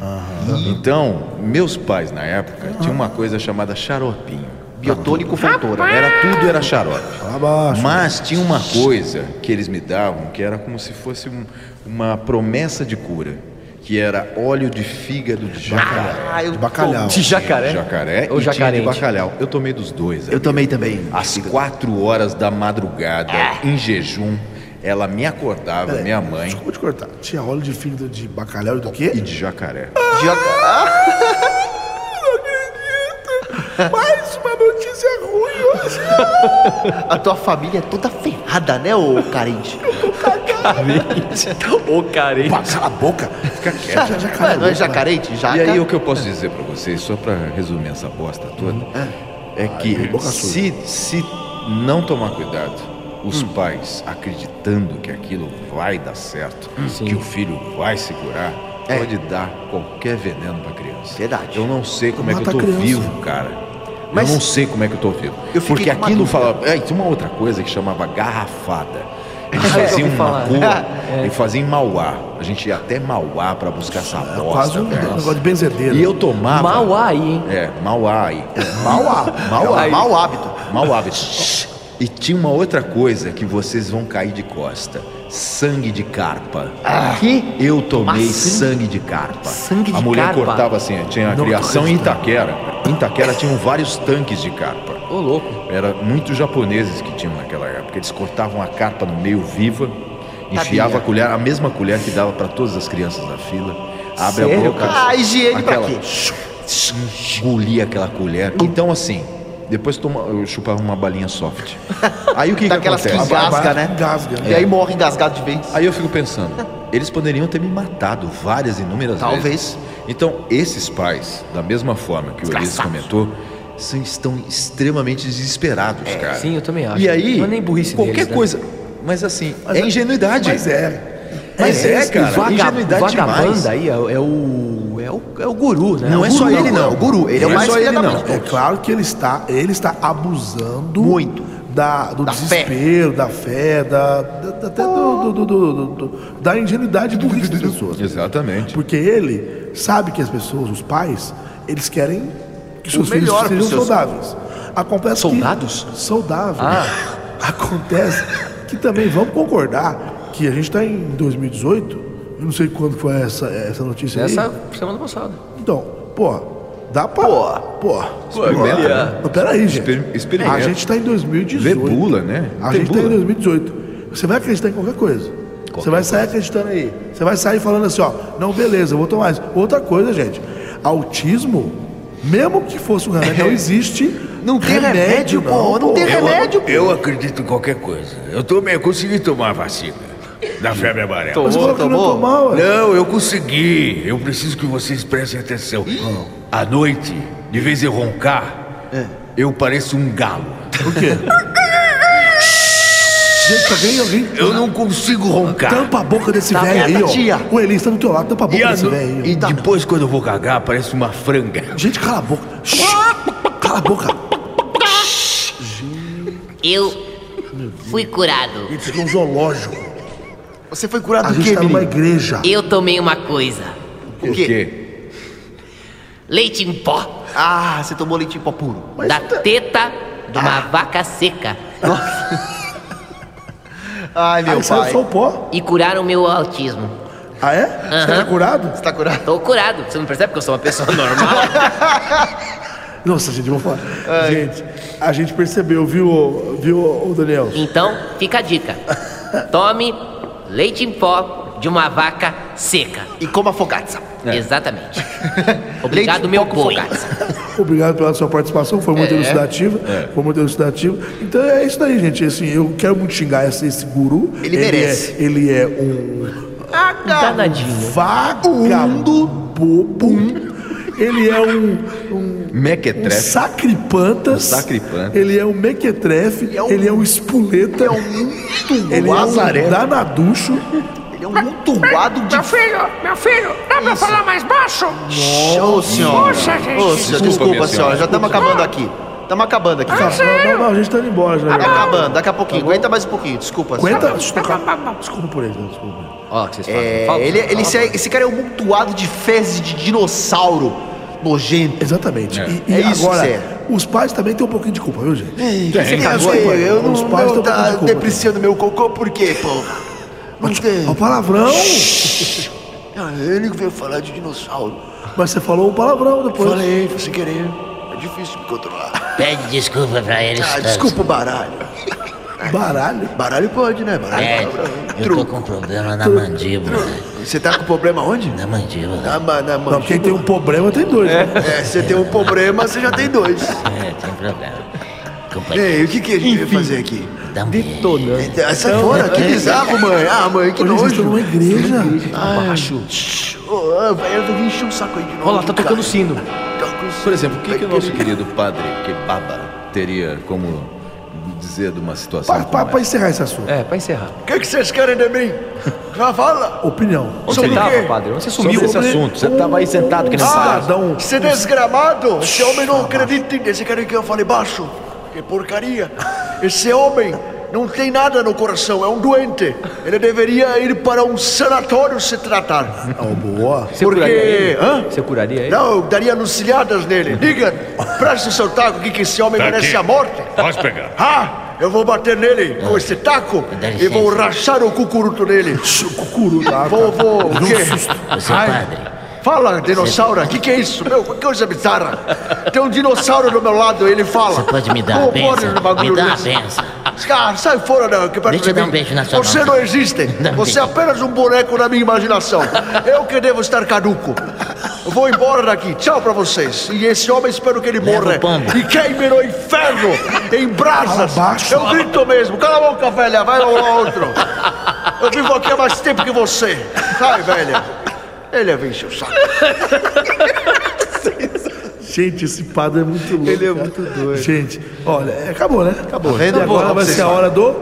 Então, meus pais na época tinham uma coisa chamada xaropinho. Biotônico Fontoura. Era tudo era xarope. Abaixo. Mas tinha uma coisa que eles me davam que era como se fosse um- uma promessa de cura, que era óleo de fígado de jacaré. Ah, eu Bacalhau. De jacaré? Jacaré e tinha Ou de jacarente? bacalhau. Eu tomei dos dois. É? Eu tomei também. É. Às quatro horas da madrugada, em jejum, ela me acordava, minha mãe, Desculpa te cortar. Tinha óleo de fígado de bacalhau e do quê? e de jacaré. Mais uma notícia ruim hoje. A tua família é toda ferrada, né, ô <laughs> carente? Ô, carente. Pá, cala a boca. Fica quieto. Já, já, Ué, não é cala a boca. jacarente? Jaca? E aí tá. o que eu posso dizer pra vocês, só pra resumir essa bosta Hum. toda, Ah. é que se, se não tomar cuidado, Hum. os pais acreditando que aquilo vai dar certo, Hum. que o filho vai se curar, É. pode dar qualquer veneno pra criança. Verdade. Eu não sei como é que Mata eu tô a criança. vivo, cara. Mas- eu não sei como é que eu tô vivo. Eu fiquei Porque com uma aquilo dúvida. falava. É, e tinha uma outra coisa que chamava garrafada. <laughs> Eles Ah, eu faziam ouvi uma falar. rua É. e faziam em Mauá. A gente ia até Mauá pra buscar essa bosta. Quase um velho. negócio de benzedeira. E eu tomava. Mauá aí, hein? É, Mauá. aí. Mauá. Mauá. É um mau hábito. Mau hábito. E tinha uma outra coisa que vocês vão cair de costa: sangue de carpa. Que? Eu tomei Ah. Mas sangue- sangue de carpa. Sangue de A mulher carpa? cortava assim, tinha a Não criação tô em Itaquera. Em Itaquera tinham vários tanques de carpa. Ô, louco. Era muitos japoneses que tinham naquela época. Eles cortavam a carpa no meio viva, enfiava a colher, a mesma colher que dava para todas as crianças da fila. Abre a Sério, boca. cara? Ah, higiene pra aquela- quê? Engolia aquela colher. Então assim, depois toma, eu chupava uma balinha soft. <laughs> Aí o que, que Daquelas que acontece? engasga, né? Engasga. E aí morre engasgado de vez. Aí eu fico pensando, eles poderiam ter me matado várias, inúmeras Talvez. vezes. Então, esses pais, da mesma forma que o Elias comentou, são, estão extremamente desesperados, É, cara. sim, eu também acho. E aí, Não é nem burrice qualquer deles, né? coisa. Mas assim, é ingenuidade. Mas é. Mas é, cara. Vaga, ingenuidade vagabanda demais. aí é, é o, é o. É o guru, né? Não O é guru, só ele, não. é o guru, ele é o Não mais só filha ele, da não. mãe. É claro que ele está, ele está abusando Muito. da, do Da fé. desespero, da fé, da, da- da- até do, do- do- do- do- da ingenuidade e burrice <laughs> das pessoas. Exatamente. Porque ele sabe que as pessoas, os pais, eles querem que seus filhos melhor sejam pros seus- saudáveis. Acontece Soldados? Que, saudáveis. <laughs> Acontece que também vamos concordar que a gente está em 2018, eu não sei quando foi essa, essa notícia aí. Essa semana passada. Então, pô, dá pra. Pô, pô. Experimenta, Olha, né? Mas peraí, gente. Exper- experimenta. A gente tá em 2018. Vê bula, né? A Tem gente bula. tá em 2018. Você vai acreditar em qualquer coisa. você vai sair acreditando aí. Você vai sair falando assim, ó, não, beleza, eu vou tomar isso. Outra coisa, gente. Autismo, mesmo que fosse um <laughs> remédio, não existe. Não tem remédio, pô. Não tem É remédio, pô. Eu acredito em qualquer coisa. Eu tomei, eu consegui tomar a vacina da febre amarela. Mas você falou que não tomou. tomou, ué. Não, eu consegui. Eu preciso que vocês prestem atenção. À noite, de vez em roncar, É. eu pareço um galo. Por quê? gente, tá ganhando alguém. Eu não consigo roncar. Tampa a boca desse velho aí, Tá vendo, ó. tia? O Elis tá do teu lado, tampa a Então, E, boca à desse no- velho aí. ó. e tá. tá- depois, quando eu vou cagar, parece uma franga. Gente, cala a boca. Shhh. Cala a boca. Eu fui curado. Isso aqui é um zoológico. Você foi curado A do gente quê, tá numa menino? igreja. Eu tomei uma coisa. Por quê? Leite em pó Ah, você tomou leite em pó puro. da teta de uma Ah. vaca seca. Ai, meu Aí saiu Ah, pai. tá só o pó. E curaram meu autismo. Ah, é? Você tá curado? Você tá curado? Tô curado. Você não percebe que eu sou uma pessoa <laughs> normal? Nossa, gente, vou falar. Gente, a gente percebeu, viu, ô- viu, ô, Daniel? Então, fica a <laughs> dica. Tome leite em pó de uma vaca seca. E coma fogaça. É. <laughs> Exatamente. Leite Obrigado, em meu pó com povo. Obrigado pela sua participação, foi muito elucidativa. Foi muito elucidativa. Então é isso aí, gente. Assim, eu quero muito xingar esse, esse guru. Ele merece. É, ele é um Danadinho. vagabundo bobo. Ele é um, um Um Mequetrefe. sacripantas. Um sacripantas. Ele é um mequetrefe. é um- ele é um espuleta. É um entuado. ele é um danaducho. Ele é um entuado de Meu filho, meu filho, dá pra falar mais baixo? Ô, senhora. Poxa, gente. Ô, senhora, Desculpa, desculpa, minha senhora. senhora. Já estamos acabando aqui. Estamos acabando aqui. Ah, Tá Não, sério? não, não, a gente tá indo embora já. já. acabando, daqui a pouquinho. Tá Aguenta mais um pouquinho, desculpa. senhora. Aguenta. Desculpa, desculpa por ele, desculpa. Ó, o que vocês fazem. É, Fala, ele, ele- fala. esse, esse cara é um mutuado de fezes de dinossauro nojento. Exatamente. É. E, e É isso que agora, você é. os pais também têm um pouquinho de culpa, viu, gente? Tem. Tem. Agora, eu os não pais eu estão tá com culpa. depreciando meu cocô por quê, porra? Não tem. Olha o É um palavrão. Ah, Ele veio falar de dinossauro. Mas você falou um palavrão depois. Falei, sem querer. É difícil me controlar. Pede desculpa pra eles. Ah, todos. desculpa o baralho. Baralho. Baralho pode, né? Baralho. É, baralho. eu tô Truco. com problema na mandíbula. Você tá com problema onde? Na mandíbula. Na, ma- na Não, quem tem mandíbula. um problema tem dois, né? É, você tem um problema, você já tem dois. <laughs> É, tem problema. Companheiro, Ei, o que, que a gente veio fazer aqui? dá um beijo. né? Então, Ah, Sai fora, que bizarro, mãe. Ah, mãe, que Hoje vocês estão numa nojo. igreja. Baixo. Oh, vai, eu vim encher um saco aí de novo. Olha lá, tá tocando o sino. Por exemplo, o que, que o nosso querido padre Kebaba teria como dizer de uma situação Pra, como pra- pra essa? encerrar esse assunto. É, pra encerrar. O que, que vocês querem de mim? Já fala. Opinião. Onde Sobre você o quê? tava, padre? Onde você sumiu? Sobre esse assunto, você tava aí sentado que nem Ah, palhaço. Cidadão. Você desgramado! Esse homem não acredita em. Você quer que eu fale baixo? Que porcaria! Esse homem não tem nada no coração, é um doente. Ele deveria ir para um sanatório se tratar. Ó, boa. Você curaria ele? Hã? Você curaria ele? Não, eu daria lucilhadas nele. Diga, presta o seu taco aqui que esse homem Tá merece aqui. a morte. Pode pegar. Ah, eu vou bater nele com esse taco Ah, Dá e vou licença. rachar o cucuruto nele. Cucuru lá. Vou, vou, o quê? Você é Ai, padre. Fala, dinossauro, o que, que é isso? Meu, que coisa bizarra. Tem um dinossauro do meu lado, ele fala. Você pode me dar Como uma pode benção? um bagulho Me dá uma desse? benção. Ah, sai fora da que perto Deixa de eu dar mim. um beijo na sua Você mão. não existe. <laughs> Dá um Você é beijo. apenas um boneco na minha imaginação. Eu que devo estar caduco. Eu Vou embora daqui. Tchau pra vocês. E esse homem, espero que ele Leva o morra. pombo. E queime no inferno, em brasas. Fala baixo. Eu grito mesmo. Cala a boca, velha. Vai ao outro. Eu vivo aqui há mais tempo que você. Sai, velha. Ele é vinho, saco. Gente, esse padre é muito louco. Ele é cara. muito doido. Gente, olha, acabou, né? Acabou. vendo? E agora Acabou, vai vocês ser a sabem. hora do.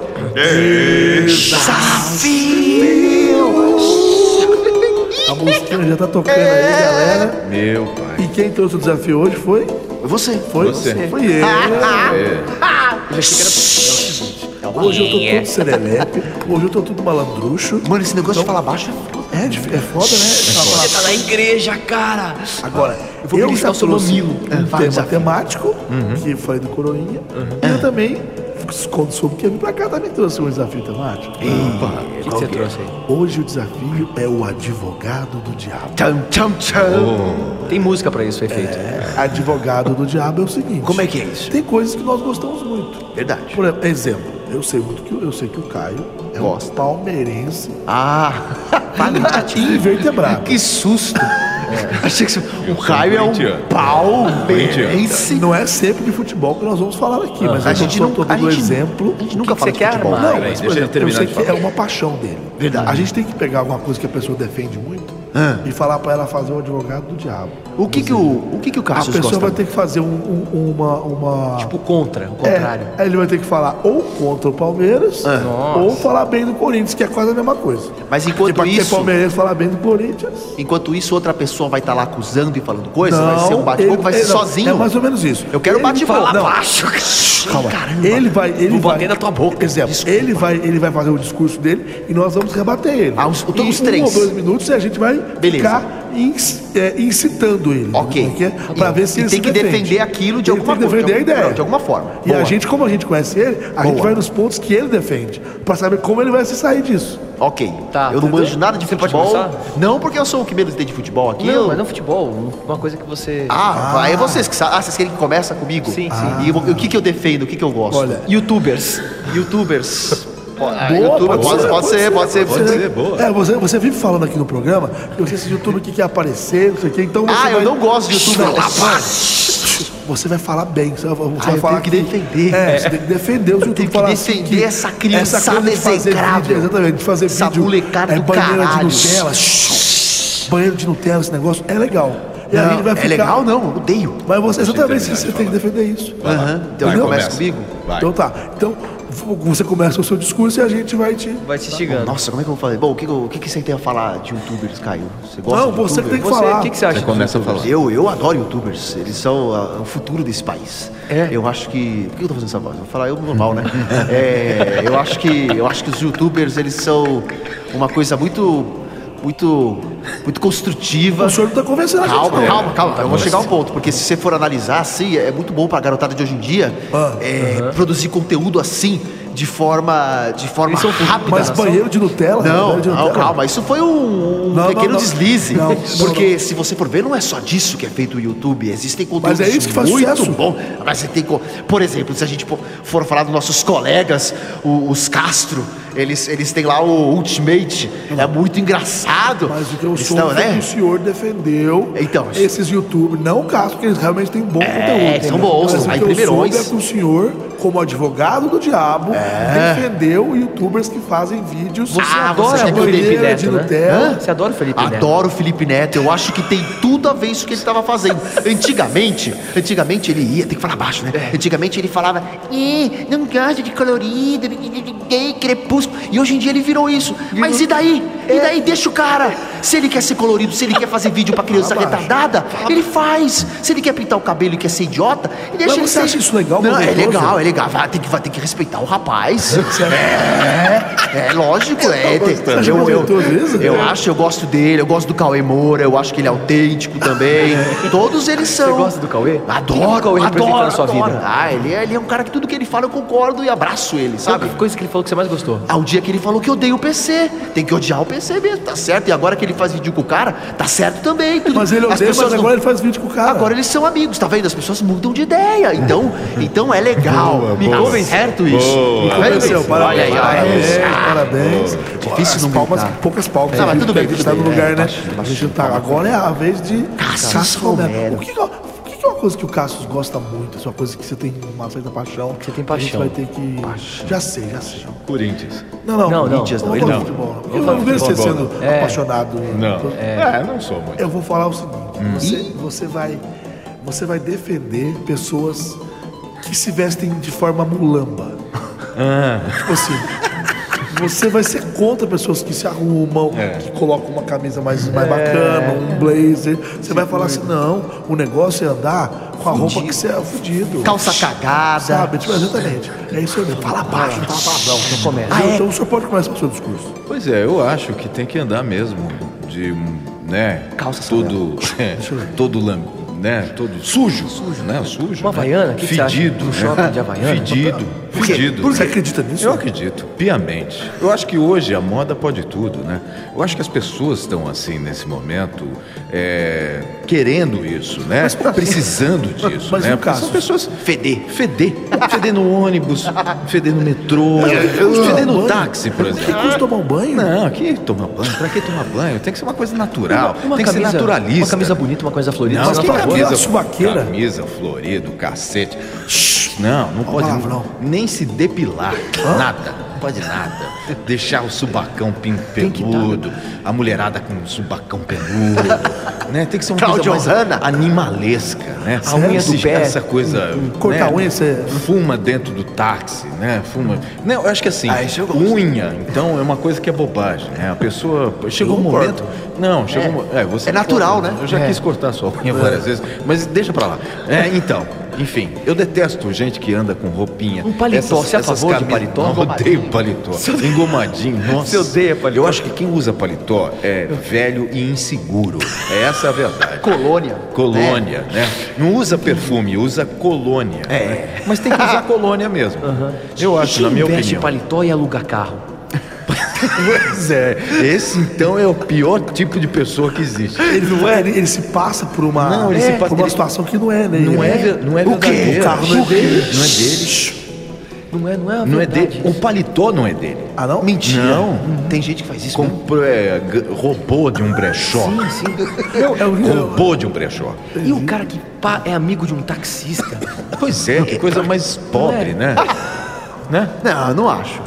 Desafio! A musiquinha já tá tocando aí, galera. Meu pai. E quem trouxe o desafio hoje foi. Você. Foi Você. Foi eu. É Hoje eu tô Yeah. todo serelepe, hoje eu tô todo malandruxo. Mano, esse negócio de falar baixo é foda. É, dif- é foda, né? Tá na igreja, cara. Agora, eu, vou já beliscar o seu trouxe mamilo. um tema temático, que foi do Coroinha, e eu também, quando soube que ia vir pra cá, também trouxe um desafio temático. O que, que você trouxe aí? Hoje o desafio é o advogado do diabo. Tcham, tcham, tcham. Tem música pra isso, efeito. É. Advogado do diabo é o seguinte. Como é que é isso? Tem coisas que nós gostamos muito. Verdade. Por exemplo, eu sei muito que eu sei que o Caio é um palmeirense Ah, <laughs> invertebrado. que susto. É. Achei que o Caio é um corintiano. palmeirense. Não é sempre de futebol que nós vamos falar aqui, mas Ah, A eu gente gente não não- tô a dando gente- exemplo. A gente nunca que você fala de quer futebol. armar? Não, Peraí, mas, por deixa eu exemplo, eu terminar sei de que é falar. uma paixão dele. Verdade. Ah. A gente tem que pegar alguma coisa que a pessoa defende muito e falar pra ela fazer o advogado do diabo. O que que o, o, que que o A Cassius pessoa gosta? vai ter que fazer um- um- uma, uma... Tipo contra, o É, contrário. aí ele vai ter que falar ou contra o Palmeiras ou falar bem do Corinthians, que é quase a mesma coisa. É. Mas Porque enquanto pra ser isso, palmeirense falar bem do Corinthians. enquanto isso, outra pessoa vai estar lá acusando e falando coisa? vai ser um bate-boca? ele- Vai ser ele- não, sozinho? É mais ou menos isso. Eu quero Ele bate-boca. fala- não, calma. Ele vai. Ele Vou vai, bater na tua boca. Exemplo, ele, vai, ele vai fazer o discurso dele e nós vamos rebater ele. Ah, os- todos Em os três. Um ou dois minutos e a gente vai Beleza. ficar inc- é, incitando ele. Ok. Porque, pra E- ver se e ele tem se que defende. defender aquilo de Ele alguma tem que forma, defender de a algum- ideia. de alguma forma. E Boa. a gente, como a gente conhece ele, a gente Boa. vai nos pontos que ele defende. Pra saber como ele vai se sair disso. Ok. Tá, eu não tudo manjo bem? nada de Você pode futebol. começar? Não, porque eu sou o que menos tem de futebol aqui. Não, eu- mas não futebol. Uma coisa que você. É. Ah, vai, é vocês que sabem. Ah, vocês querem que começa comigo? Ah. Sim, sim. E eu- o que que eu defendo, o que que eu gosto? Olha. Youtubers. Youtubers. Ah, Boa, youtuber, pode, pode ser, pode ser. pode ser, boa. É, você, você vive falando aqui no programa que você, esse youtuber que quer aparecer, não sei o quê, então você Ah, eu vai- não gosto de youtuber. Você vai falar bem, você vai, você Ah, vai eu falar tenho que defender. É, você tem que defender os tenho youtubers. que defender essa criança essa coisa de fazer execrável. vídeo, exatamente, de fazer Essa vídeo. molecada é do banheira de caralho. Nutella, shh, banheiro de Nutella, esse negócio é legal. E Não, a gente vai é ficar. legal não, odeio. Mas você, Deixa eu exatamente, terminar você de tem que defender isso. Vai lá. Aham. Então Entendeu? já começa Começa. comigo? Vai. Então tá. Então v- você começa o seu discurso e a gente vai te. Vai te Nossa, como é que eu falei? Bom, o que, que eu- o que, que você tem a falar de youtubers, Caio? Você gosta Não, de você que youtuber? tem que falar. Você começa a falar. Eu, eu adoro youtubers, eles são ah, o futuro desse país. Eu acho que. Por que eu tô fazendo essa voz? Eu vou falar eu normal, né? <laughs> É, eu acho que. Eu acho que os youtubers, eles são uma coisa muito. Muito. Muito construtiva. O senhor não tá convencendo a gente, Calma, é não. calma, calma. Tá eu vou convencendo. chegar a um ponto, porque se você for analisar assim, é muito bom pra garotada de hoje em dia é, produzir conteúdo assim, de forma. de forma rápida. Mas banheiro de Nutella? tá Não, banheiro de não, Nutella. calma, isso foi um, um Não, pequeno não, não. deslize. Não, não, porque se você for ver, não é só disso que é feito o YouTube. Existem conteúdos Mas é isso que faz muito sucesso. bom. Mas você tem, co- por exemplo, se a gente po- for falar dos nossos colegas, o- os Castro, eles, eles têm lá o Ultimate. É muito engraçado. Hum. Mas o que eu Eles né? sou estão, é que o senhor defendeu Então, isso- esses YouTube, não o caso, porque eles realmente têm bom conteúdo. né? são bons, Mas o aí que eu primeirões. soube é que o senhor, como advogado do diabo, defendeu youtubers que fazem vídeos É. Ah, Você adora a o Felipe banheira de Neto, né? Nutella. Hã? Você adora o Felipe Neto? Adoro o Felipe Neto, eu acho que tem tudo a ver isso que ele estava fazendo. Antigamente, antigamente ele ia, tem que falar baixo, né? É. Antigamente ele falava, "Ih, não gosto de colorido, de- de- de- gay, crepúsculo. E hoje em dia ele virou isso. Mas e daí? E É. daí deixa o cara. Se ele quer ser colorido, se ele quer fazer vídeo pra criança Fala baixo. retardada, ele faz. Se ele quer pintar o cabelo e quer ser idiota, e deixa Mas ele você ser. acha isso legal, Não, é maravilhoso? legal, é legal. Vai, tem que, vai ter que respeitar o rapaz. é, é lógico, Tá é. tem- Você já eu- eu- comentou isso? eu né? acho, eu gosto dele, eu gosto do Cauê Moura, eu acho que ele é autêntico também. Todos eles são. É. Você gosta do Cauê? O que Adoro, o Cauê representa adoro, na sua adoro. vida? Ah, ele é, ele é um cara que tudo que ele fala eu concordo e abraço ele, sabe? Sabe? Coisa que ele falou que você mais gostou. Ah, o dia que ele falou que odeia o PC. Tem que odiar o PC mesmo, tá certo. E agora que ele faz vídeo com o cara, tá certo também. Tudo. Mas ele As odeia, pessoas mas não- agora ele faz vídeo com o cara. Agora eles são amigos, tá vendo? As pessoas mudam de ideia. Então, então é legal. Me convence certo isso. Boa, Me Venceu, convenceu. Olha aí, parabéns, olha aí. parabéns, É, parabéns. Difícil As não palmas, gritar. poucas palmas. Tá, mas a gente tudo bem, tem que tudo estar bem. no lugar, né? É, baixinho, A gente baixinho, tá- palma. Agora é a vez de Cassius Cassius Romero. Romero. O que, que é- o que que é uma coisa que o Cassius gosta muito? Isso é uma coisa que você tem uma certa paixão. Você tem A gente paixão. vai ter que... Já sei, já sei. Corinthians. Não, não. Não, não. Corinthians, Eu Ele gosto de não. futebol. não. Eu não vejo você futebol, sendo É. apaixonado. Não. É, não sou muito. Eu vou falar o seguinte: você, você vai, você vai defender pessoas que se vestem de forma mulamba. Tipo assim. Você vai ser contra pessoas que se arrumam, É. que colocam uma camisa mais, mais bacana, um blazer. Você vai falar assim: não, o negócio é andar com a roupa que você é fudido. Calça cagada. Sabe? Tipo, exatamente. É isso aí mesmo. Fala baixo, fala palavrão. Então começa. Ah, é, Então o senhor pode começar o seu discurso. Pois é, eu acho que tem que andar mesmo de, né, Calça todo, <laughs> é, todo lam, né, todo sujo, sujo, né, sujo. Uma né? Havaiana? O que que você acha? Fedido, Um né? shopping de Havaiana? Fedido, fedido. Você acredita nisso? Eu acredito, piamente. Eu acho que hoje a moda pode tudo, né? Eu acho que as pessoas estão assim nesse momento, é, querendo isso, né? <laughs> Precisando disso, Mas né? no caso? São pessoas Feder. feder, feder no ônibus, feder no metrô, feder no táxi, por exemplo. Custa tomar um banho? Não, que tomar banho? Pra que tomar banho? Tem que ser uma coisa natural. Uma tem que camisa, ser naturalista. Uma camisa bonita, uma coisa florida. Não, mas que por favor, camisa, a subaqueira. camisa florida, o cacete. Shhh, Não, não pode palavrão. nem se depilar. Nada. Não pode nada. Deixar o subacão pin- que dar. peludo, a mulherada com o subacão peludo. né? Tem que ser uma Claudio coisa mais Hanna. animalesca, né? A unha do Esse- pé. Essa coisa. cortar né? a unha, você- Fuma dentro do táxi, né? Fuma. Não, eu acho que assim, Ah, isso eu gosto. unha, então, é uma coisa que é bobagem, né? A pessoa. Chegou um momento. Não, chegou um mo- é, você É natural, né? Eu já quis cortar sua unha várias vezes, mas deixa pra lá. É, então, enfim, eu detesto gente que anda com roupinha. Um paletó, você é a favor de paletó? Não, eu odeio paletó. Engomadinho, nossa. Você odeia paletó? Eu acho que quem usa paletó é velho e inseguro. É essa a verdade. Colônia. Colônia, né? Não usa perfume, usa colônia. É. Mas tem que usar colônia mesmo. Eu E acho, quem na minha veste opinião. paletó e aluga carro? Pois é. Esse então é o pior tipo de pessoa que existe. Ele não é, ele, ele se passa por uma, Não, ele se é, passa- por uma ele- situação que não é, né? Não é, Ele- ver- não é o quê? verdadeiro. O carro não é Por quê? dele. Não é dele. Não é, não é a Não é verdade. dele. O paletó não é dele. Ah, não? Mentira. Não. Tem gente que faz isso mesmo. Comprou, é, g- roubou de um brechó. Sim, sim. É o Roubou de um brechó. E o cara que pá, é amigo de um taxista? Pois é, que coisa mais pobre, né? né? Não, não acho.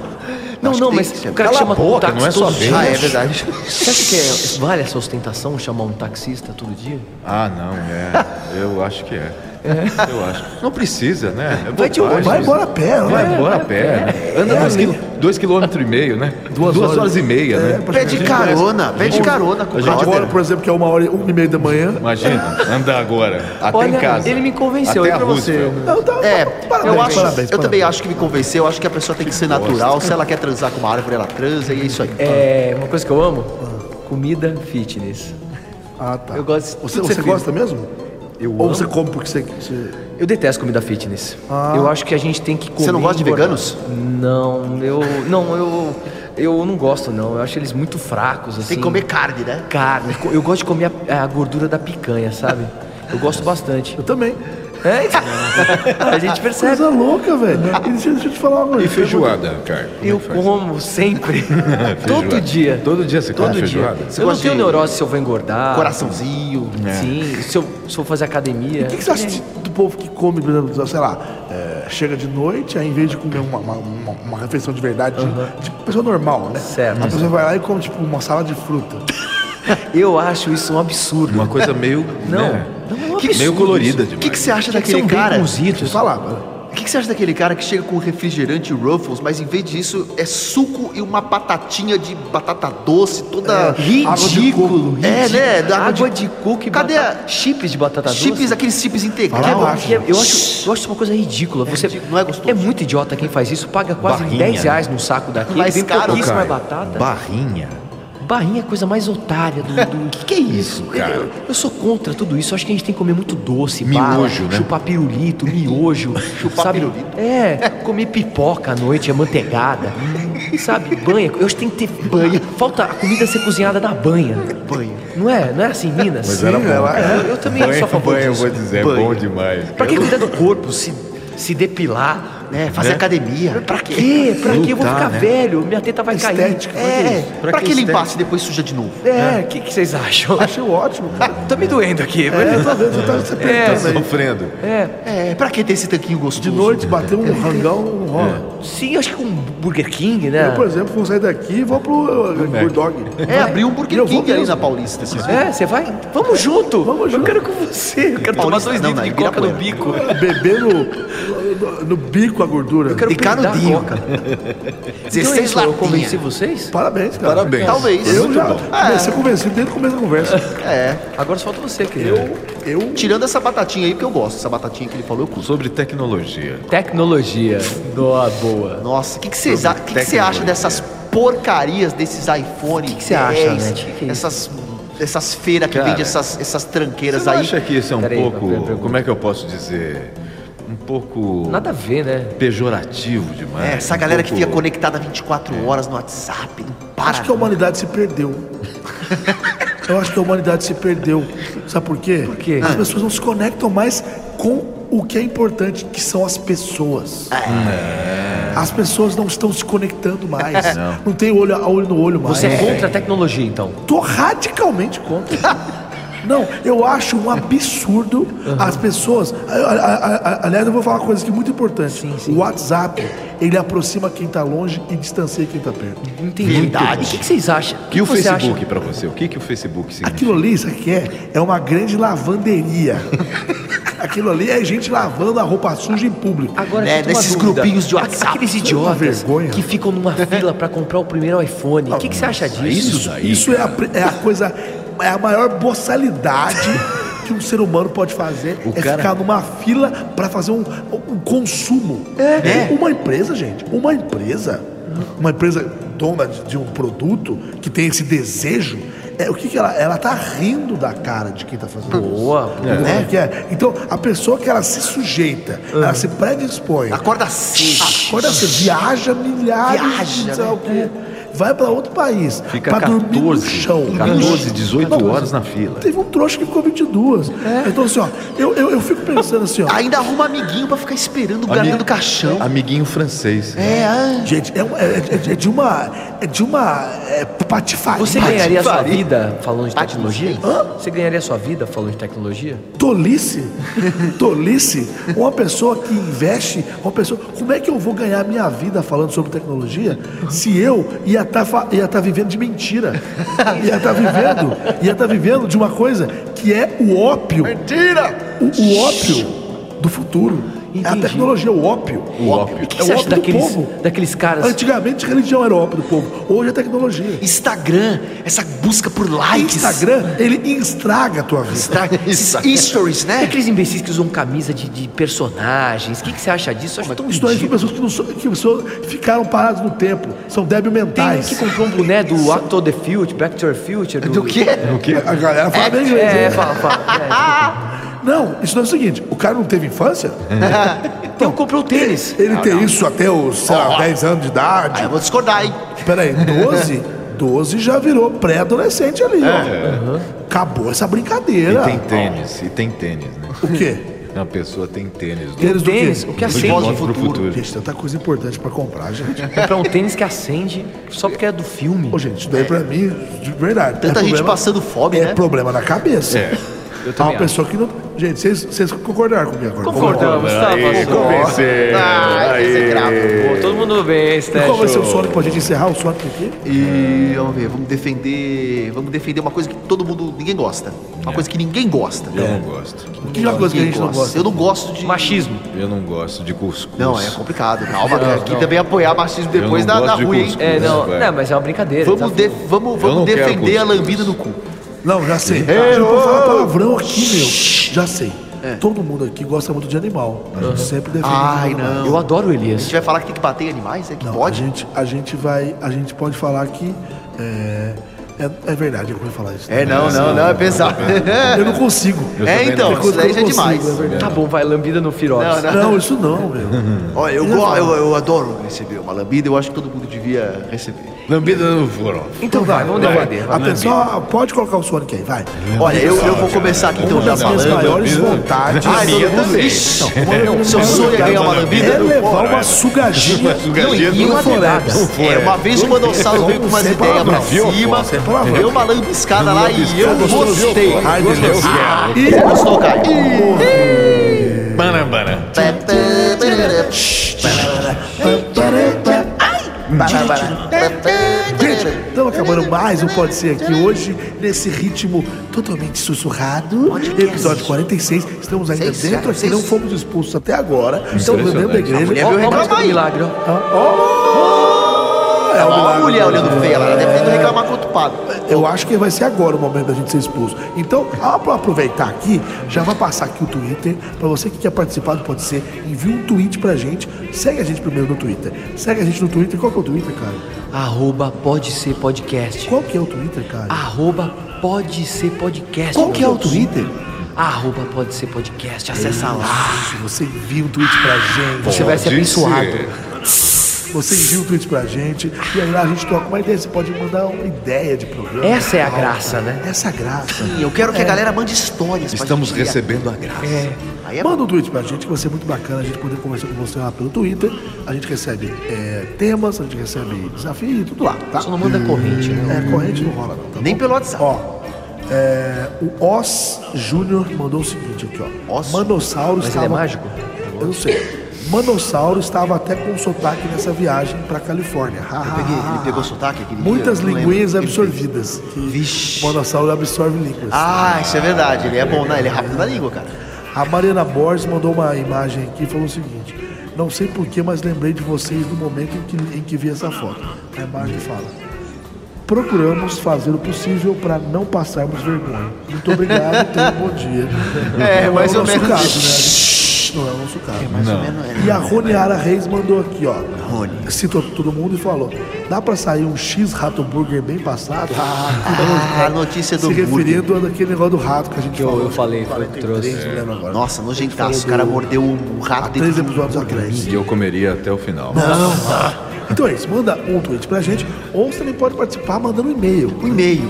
Não, Acho não, que tem mas que ser. o cara Cala chama a boca, táxi não é só todos os vez. dias. Ah, é verdade. Você acha que é- vale essa ostentação chamar um taxista todo dia? Ah, não, é. Eu acho que é. Eu acho. Não precisa, né? É Vai de bobagem. ônibus. Vai embora a pé, né? Vai embora a pé. É, né? Anda dois, quil... dois quilômetros e meio, né? Duas, horas. e meia, né? Pede carona, pede carona com o Agora, brother. por exemplo, que é uma hora, e- uma e meia da manhã. Imagina, anda agora. Até É. Olha, em casa. ele assim, me convenceu, Até e a pra você? Roosevelt. Não, tá, É, parabéns, eu acho. parabéns, eu também parabéns. acho que me convenceu. Eu acho que a pessoa tem que ser natural. Se ela quer transar com uma árvore, ela transa e é isso aí. É, uma coisa que eu amo, comida fitness. Ah, tá. Eu gosto de Você, tudo você servido. gosta mesmo? Eu Ou amo. você come porque você. você- Eu detesto comida fitness. Eu acho que a gente tem que comer. Ah. Você não gosta de engordar. veganos? Não, eu. Não, eu. Eu não gosto, não. Eu acho eles muito fracos, assim. Tem que comer carne, né? carne. Eu gosto de comer a, a gordura da picanha, sabe? Eu gosto bastante. Eu também. <laughs> É, então. a gente percebe. Coisa louca, velho. E deixa, deixa eu te falar uma coisa. E feijoada, cara. Como é que Eu faz? como sempre. todo Feijoada. dia. Todo dia você come Todo dia. feijoada? É. Você Eu não gosta tenho de- neurose se eu vou engordar. Coraçãozinho. Sim. Se eu, se eu fazer academia. O que, que você acha de- do povo que come, por exemplo, sei lá, é, chega de noite, aí em vez de comer uma, uma- uma- uma refeição de verdade, de, de pessoa normal, né? Certo. A pessoa vai lá e come, tipo, uma salada de fruta. Eu acho isso um absurdo. Uma coisa meio. Não. né? Não, é um meio absurdo. colorida O demais. que, que você acha Tinha que ser daquele um cara? baconzito, Deixa eu falar, velho. O que, que você acha daquele cara que chega com um refrigerante Ruffles, mas em vez disso é suco e uma batatinha de batata doce, toda Ridículo, É, né? Da água de coco e Cadê batata- chips de batata doce. chips, aqueles chips integral. Fala Não, abaixo. que é- eu, acho, eu acho uma coisa ridícula. Você, ridículo, não é gostoso. muito idiota quem faz isso. Paga quase Barrinha. 10 reais num saco daquele. Mais vem caro, pouquíssima Caio, batata. Barrinha. Barrinha é a coisa mais otária do... do... que, que é isso, cara? Eu, eu sou contra tudo isso. Eu acho que a gente tem que comer muito doce, Miojo, bala, né? chupar pirulito, miojo. Chupar sabe? pirulito? É, comer pipoca à noite, é manteigada. sabe, banha. Eu acho que tem que ter banha. Falta a comida ser cozinhada na banha. Banho. Não é? Não é assim, Minas? É, Mas era bom. ela- cara. Eu- eu também sou a favor banho, eu disso. vou dizer, é Banho. bom demais. Pra que cuidar do corpo, se, se depilar? É, fazer academia. Pra quê? Que? Pra que? Eu vou ficar velho, minha teta vai Estética, cair. É, pra, Pra que, que limpar se depois suja de novo? É, o que, que vocês acham? Achei ótimo, Ah, cara. tô me doendo aqui. É, mas- eu tô vendo, você tá se Tá apertando aí. sofrendo. É, pra que ter esse tanquinho De gostoso? noite, bater um rangão, não rola. Sim, acho que um Burger King, né? Eu, por exemplo, vou sair daqui e vou pro uh, Mac. Bulldog. É, abrir um Burger Eu vou King ali mesmo. na Paulista. Vocês viram? É, você vai? Vamos junto. Vamos eu junto. quero com você. Eu quero tomar Paulista, dois não, litros não, de coca no Ibirapuera. bico. Beber no, no, no bico a gordura. Eu quero E brindar canudinho. <laughs> coca. 16 então, é isso, eu latinha. convenci vocês? Parabéns, cara. Parabéns. Talvez. É, Eu Muito já é bom. Ah. comecei convencido desde o começo da conversa. Agora só falta você, querido. Eu. é. Tirando essa batatinha aí, que eu gosto. Essa batatinha que ele falou, eu curto. Sobre tecnologia. Tecnologia. Doa boa. Nossa, o que que vocês a- que que você Técnico, acha dessas porcarias desses iPhone? O que você acha, Net? Que que é isso? Essas, essas feiras que Cara, vendem essas, essas tranqueiras Você não aí. acha que isso é um Peraí, pouco. peraí, peraí. como é que eu posso dizer? Um pouco. Nada a ver, né? pejorativo demais. É, essa um galera que pouco- fica conectada 24 horas no WhatsApp, não para. Acho que a humanidade se perdeu. Eu acho que a humanidade se perdeu. Sabe por quê? Por quê? Ah. As pessoas não se conectam mais com o que é importante, que são as pessoas. É. As pessoas não estão se conectando <laughs> mais. Não, tem olho a olho no olho mais. Você é contra a tecnologia, então? Tô radicalmente <laughs> contra. Não, eu acho um absurdo as pessoas. a- a- a- a- Aliás, eu vou falar uma coisa aqui muito importante. O WhatsApp, ele aproxima quem tá longe e distancia quem tá perto. Não tem Verdade. E o que, que vocês acham? E o que você acha? Facebook pra você? O que, que o Facebook significa? Aquilo ali, sabe o que é? É uma grande lavanderia. <laughs> Aquilo ali é gente lavando a roupa suja em público. Agora, Né, eu tenho uma desses dúvida. grupinhos de A- WhatsApp. Aqueles Isso é uma idiotas vergonha. que ficam numa fila pra comprar o primeiro iPhone. O que, que você acha disso? Isso daí. Isso é a, pri- é a coisa, é a maior boçalidade que um ser humano pode fazer. é cara- ficar numa fila pra fazer um, um consumo. É. Uma empresa, gente, uma empresa, uma empresa dona de, de um produto que tem esse desejo, é o que, que ela, ela tá rindo da cara de quem tá fazendo isso. Boa, boa. Entendeu como é que é? Então, a pessoa que ela se sujeita, ela se predispõe Acorda cedo. Acorda você é assim, viaja milhares, Viaja, não sei o quê. Vai pra outro país. Fica pra dormir no 14, chão. 14, 18 14. horas na fila. Teve um trouxa que ficou 22. Então, assim, ó, eu, eu, eu fico pensando assim, ó. Ainda arruma amiguinho pra ficar esperando o galera do caixão. Amiguinho francês. né? É, ah, Gente, é, um- é- é- é de uma. é- de uma é, patifaria. Você ganharia sua Patifaria. vida falando de tecnologia? Hã? Você ganharia sua vida falando de tecnologia? Tolice? Tolice? Uma pessoa que investe, uma pessoa. Como é que eu vou ganhar minha vida falando sobre tecnologia se eu ia estar ia tá vivendo de mentira? Ia estar vivendo, ia tá vivendo de uma coisa que é o ópio. Mentira! O, o ópio do futuro. É a tecnologia, o ópio. O ópio. E o que, é você o acha ópio do daqueles, povo. daqueles caras? Antigamente religião era o ópio do povo, hoje é tecnologia. Instagram, essa busca por likes. Instagram, ele estraga a tua vida. <laughs> Estraga. Esses stories, né? É Aqueles imbecis que usam camisa de, de personagens. O que, que você acha disso? Eu acho tão Isso daí Então, é são ridículo. pessoas que, não são- que são- ficaram paradas no tempo, são débil Tem um que mentais. comprou um boné do Actor the Future, Back to the Future. Do, quê? O quê? A galera fala bem inglês. É, né? fala, fala. Não, isso não é o seguinte: o cara não teve infância? É. Então comprou o tênis. Ele tem isso até os, sei lá, 10 anos de idade. Ah, eu vou discordar, hein? Peraí, 12? 12 já virou pré-adolescente ali, ó. Acabou essa E brincadeira. tem tênis, e tem tênis, né? O quê? A pessoa tem tênis. Tênis do Tênis, quê? o do que acende. futuro. Pro futuro. Gente, tanta coisa importante pra comprar, gente. Comprar um tênis que acende só porque é do filme. Ô, gente, isso daí pra mim, de verdade. Tanta gente passando fome, é né? problema na cabeça. É. Há uma pessoa que não. Gente, vocês- vocês concordaram comigo agora? Concordamos, tá? Aí, Vasco? convencer. Ah, esse é grave. Pô, todo mundo bem, E qual vai ser o Stécio. Sonic pra gente encerrar o Sonic aqui? E vamos ver, vamos defender. Vamos defender uma coisa que todo mundo. ninguém gosta. Uma É. coisa que ninguém gosta. Eu não gosto. Que é uma coisa que a gente não gosta. Eu não gosto de. Machismo. Eu não gosto de cuscuz. Não, é complicado. Calma, Não, aqui não. também apoiar machismo depois Eu da, não da gosto de ruim, hein? cuscuz. É, não, Vai. não, mas é uma brincadeira. Vamos, desafio. de- vamos, Eu não vamos quero defender a cuscuz. lambida no cu. Não, já sei. Eu não vou falar palavrão aqui, meu. Já sei. Todo mundo aqui gosta muito de animal. A gente sempre defende. É. Ai, animal. não. Eu adoro o A gente Elias. vai falar que tem que bater em animais? É que Não, pode? A gente, a gente vai. A gente pode falar que. É, é, é verdade, eu vou falar isso. É, não, não, não, é pesado. Eu <laughs> não consigo. Eu É, também então, não. isso daí já é demais. Tá bom, vai, lambida no Firoz. Não, Não, isso não, <laughs> meu. Olha, eu, go- eu, eu adoro receber uma lambida, eu acho que todo mundo devia receber. Lambida no furo. Então vai, vamos Vai. debater. vai. Atenção, ó, É pode colocar o Sonic aí, vai. Olha, eu, eu vou começar aqui então Uma já das minhas falando. maiores vontades. Ah, minha todo mundo. também. Ixi, não, Seu sonho é ganhar uma É lambida? levar uma sugadinha. Sugadinha E uma no furo. dedada. É, uma vez o Manossauro veio com umas Sem ideias pra palavrão, viu? cima, Sem palavrão. deu uma lambiscada lá e eu gostei. Ai, meu Deus. Ah, E gostou, cara? Banabana. Gente, estamos acabando mais um Pode Ser aqui hoje, nesse ritmo totalmente sussurrado. Episódio 46. Estamos ainda Seis, dentro aqui, seis. não fomos expulsos até agora. Então, é Estamos dentro da Impressionante. igreja. A Ó, mulher viu ó, mais reclamar um aí. milagre, ó. Oh! É um Olha a milagre. mulher olhando feia lá, ela deve ter ido reclamar com outro padre. Eu acho que vai ser agora o momento da gente ser expulso. Então, ah, pra aproveitar aqui, já vai passar aqui o Twitter. Pra você que quer participar do Pode Ser, envia um tweet pra gente. Segue a gente primeiro no Twitter. Segue a gente no Twitter. Qual que é o Twitter, cara? Arroba pode ser podcast. Qual que é o Twitter, cara? Ah, Arroba pode ser podcast. Qual que é o meus amigos. Twitter? Arroba pode ser podcast. Acessa lá. Se você envia um tweet pra gente. Você vai ser Pode abençoado. ser. Você envia um tweet pra gente e aí lá a gente troca uma ideia. Você pode mandar uma ideia de programa. Essa é a Tal. graça, né? Essa é a graça. Eu quero É. que a galera mande histórias. pra Estamos gente ler. recebendo a graça. Aí é Manda um tweet pra gente, que vai ser muito bacana a gente poder conversar com você lá pelo Twitter. A gente recebe é, temas, a gente recebe desafio e tudo lá, tá? Só não manda corrente, né? É, corrente não rola, não, tá Nem bom? pelo WhatsApp. Ó, é, o Os Júnior mandou o seguinte aqui, ó. Os? Manossauro Mas ele estava... é mágico? Eu não sei. Manossauro estava até com um sotaque nessa viagem pra Califórnia. Eu peguei, ele pegou sotaque aquele dia, Ah, Muitas eu não linguinhas lembro. absorvidas. que Vixe. O Manossauro absorve línguas. Ah, isso é verdade. Ele é bom, né? Ele é rápido na língua, cara. A Mariana Borges mandou uma imagem aqui e falou o seguinte: Não sei porquê, mas lembrei de vocês no momento em que, em que vi essa foto. A imagem fala: Procuramos fazer o possível para não passarmos vergonha. Muito obrigado, <laughs> tenha um bom dia. É, não mais é o ou nosso menos. caso, né? Não é o nosso caso. Não é- E a Roniara Reis mandou aqui, ó. Citou todo mundo e falou: dá pra sair um X rato burger bem passado? Ah, a notícia do Se burger. referindo àquele negócio do rato que a gente falou. É. eu falei, foi o que 43, trouxe. não lembro agora. Nossa, nojentaço. O cara mordeu um rato dentro Três de um episódios burger. atrás. E eu comeria até o final. Então é isso, manda um tweet pra gente, ou você também pode participar mandando um e-mail. Um e-mail.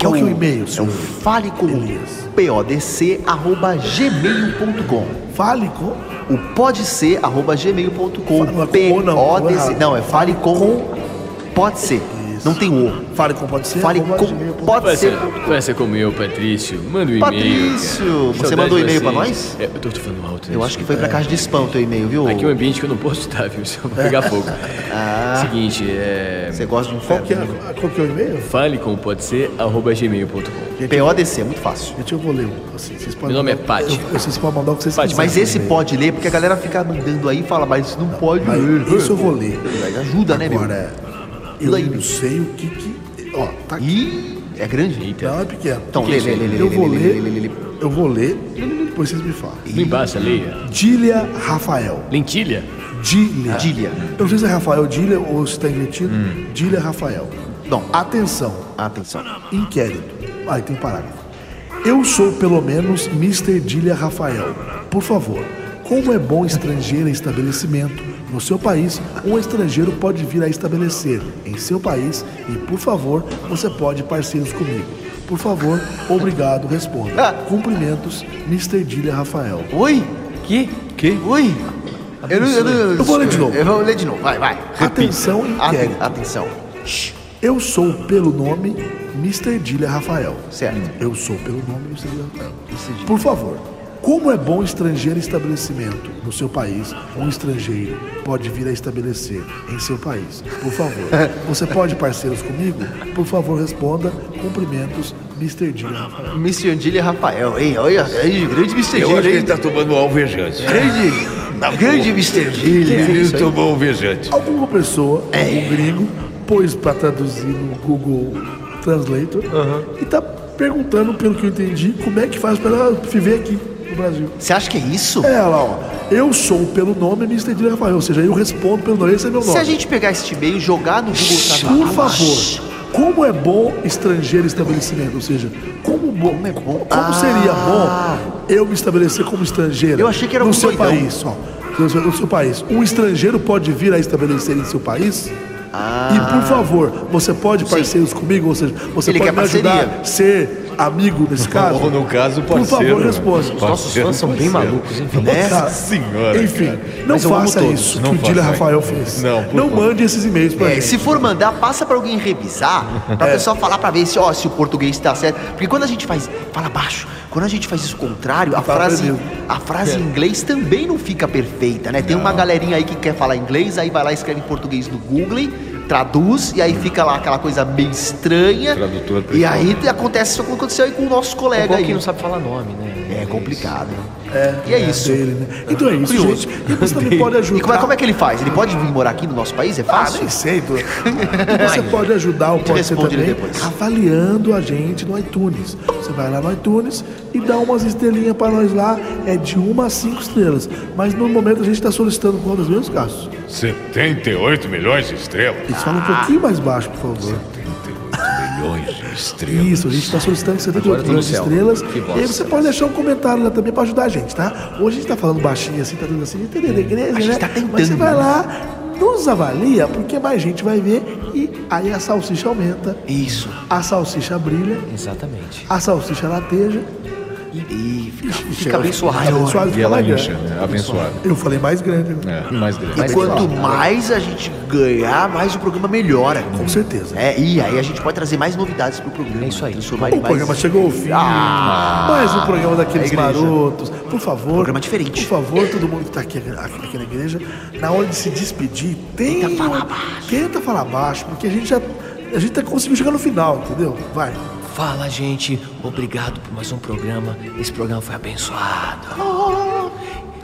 Qual que é o e-mail, É o senhor? fale com Elias. podc@gmail.com. Fale com. O pode ser arroba gmail.com. Fala com P ou não, O D C. errado. Não, é fale com. Com. Pode ser. Isso. Não tem o. Fale com pode ser. Fale com pode ser. Conversa como eu, Patrício. Manda um e-mail. Patrício, cara. você Saudade mandou de e-mail pra assim. vocês. É, nós? eu tô, tô falando alto. Eu acho que foi É. pra caixa de spam o teu e-mail, viu? Aqui é um ambiente que eu não posso estar, viu? Se eu vou pegar <laughs> fogo. Ah. Seguinte, é. Você gosta de um Qual que, é, qual que é o e-mail? Fale com pode ser, arroba gmail.com. PODC, é muito fácil. Gente, eu vou ler. um. Assim, Vocês, vocês podem Meu nome é mandar- Pati. Eu- Vocês podem mandar o que vocês quiserem. Mas esse pode ler, porque a galera fica mandando aí e fala, mas não pode Mas ler. isso eu vou ler. Ajuda, né, meu? Agora, eu não sei o que que... Ó, tá aqui. é grande? Não, é pequeno. Então, lê, lê, lê, lê, Eu lê, vou lê, ler, lê, lê, lê, lê. eu vou ler, depois vocês me falam. Me baixa, leia. Dília Rafael. Lentilha? Dília. Dília. Eu não sei se é Rafael Dília ou se está invertido. Dília Rafael. Não. Atenção. Atenção. Inquérito. Aí tem um parágrafo. Eu sou pelo menos Mr. Dília Rafael. Por favor, como é bom estrangeiro em estabelecimento, no seu país, um estrangeiro pode vir a estabelecer em seu país e, por favor, você pode parceiros comigo. Por favor, obrigado, responda. Cumprimentos, Mr. Dília Rafael. Oi? Que? Que? Oi? Eu, não- eu não- Eu vou ler de novo. Eu vou ler de novo, vai, vai. Atenção, Ah, inquérito. Aten- Atenção. Eu sou pelo nome Mr. Dília Rafael. Certo. Eu sou pelo nome Mr. Dília Rafael. Por favor, como é bom estrangeiro em estabelecimento no seu país, um estrangeiro pode vir a estabelecer em seu país. Por favor, você pode parceiros comigo? Por favor, responda. Cumprimentos, Mr. Dília Rafael. Miss Andilha Rafael, hein? Olha, aí, é, grande Mr. Eu acho que Gilha, ele hein? tá tomando um alvejante. Grande, grande Mr. Gilha. Ele tomou um alvejante. Alguma pessoa, algum gringo, pôs pra traduzir no Google Translator e tá perguntando, pelo que eu entendi, como é que faz pra ela viver aqui no Brasil. Você acha que é isso? É, olha lá, ó. Eu sou pelo nome Mr. Dino Rafael, ou seja, eu respondo pelo nome, esse é meu nome. Se a gente pegar este e-mail e jogar no Google tá Por Tradutor- favor, como é bom estrangeiro estabelecimento, ou seja, como, bom, é como, seria bom eu me estabelecer como estrangeiro Ah. Eu achei que era no um seu doidão. país, ó. No seu, no seu país. Um estrangeiro pode vir a estabelecer em seu país? E por favor, você pode parceiros comigo, ou seja, você Ah. Ele pode quer me ajudar parceria. a ser amigo <laughs> nesse caso? Ou no caso, né? Por parceiro. favor, responda. Os nossos fãs são bem malucos, hein? Cara, Nossa senhora. Enfim, cara. não Mas eu amo faça todos. isso Não que o faça, Dília vai. Rafael fez. Não, por favor. mande esses e-mails pra É, gente. se for mandar, passa pra alguém revisar, <laughs> É. pra pessoa falar pra ver se, ó, se o português tá certo. Porque quando a gente faz, fala baixo, quando a gente faz isso contrário, a Fala É. frase, primeiro. a frase em inglês também não fica perfeita, né? Tem uma galerinha aí que quer falar inglês, aí vai lá e escreve em português no Google, traduz, e aí fica lá aquela coisa meio estranha. Tradutor E principal. aí acontece isso que aconteceu aí com o nosso um colega Igual aí. quem um não sabe falar nome, né? É complicado, né? e é, isso. Ah, dele, né? Então é isso, Curioso. gente. E você também <laughs> pode ajudar. E como é, como é que ele faz? Ele pode vir morar aqui no nosso país? É Ah, fácil? nem sei, Dudu. E Você pode ajudar o te Pode Ser responde também ele depois. avaliando a gente no iTunes. Você vai lá no iTunes e dá umas estrelinhas pra nós lá, é de uma a cinco estrelas. Mas no momento a gente tá solicitando quantos mesmos casos? 78 milhões de estrelas. Ah. Eles falam um pouquinho mais baixo, por favor. 78 milhões de estrelas. Isso, a gente está solicitando que você tenha Agora tô no milhões de céu. estrelas. Que bosta. E aí você pode deixar um comentário lá também para ajudar a gente, tá? Hoje a gente tá falando baixinho assim, tá tudo assim, entendeu? Da igreja, gente né? tá tentando, Mas você vai né? lá, nos avalia, porque mais gente vai ver e aí a salsicha aumenta, Isso. a salsicha brilha, Exatamente. a salsicha lateja. E fica, Ixi, fica abençoado. Fica abençoado, E fica ela mais grande. incha, né? Abençoada. Eu falei mais grande, né? É, mais grande. E quanto mais a gente ganhar, mais o programa melhora. com certeza. É, e aí a gente pode trazer mais novidades pro programa. É isso aí. Transformar ele O mais... programa chegou ao fim. mais um programa daqueles igreja. marotos. Por favor. Programa diferente. Por favor, todo mundo que tá aqui, aqui na igreja, na hora de se despedir, tenta falar baixo. Tenta falar baixo, porque a gente já. A gente tá conseguindo chegar no final, entendeu? Vai. Fala, gente. Obrigado por mais um programa. Esse programa <laughs> foi abençoado.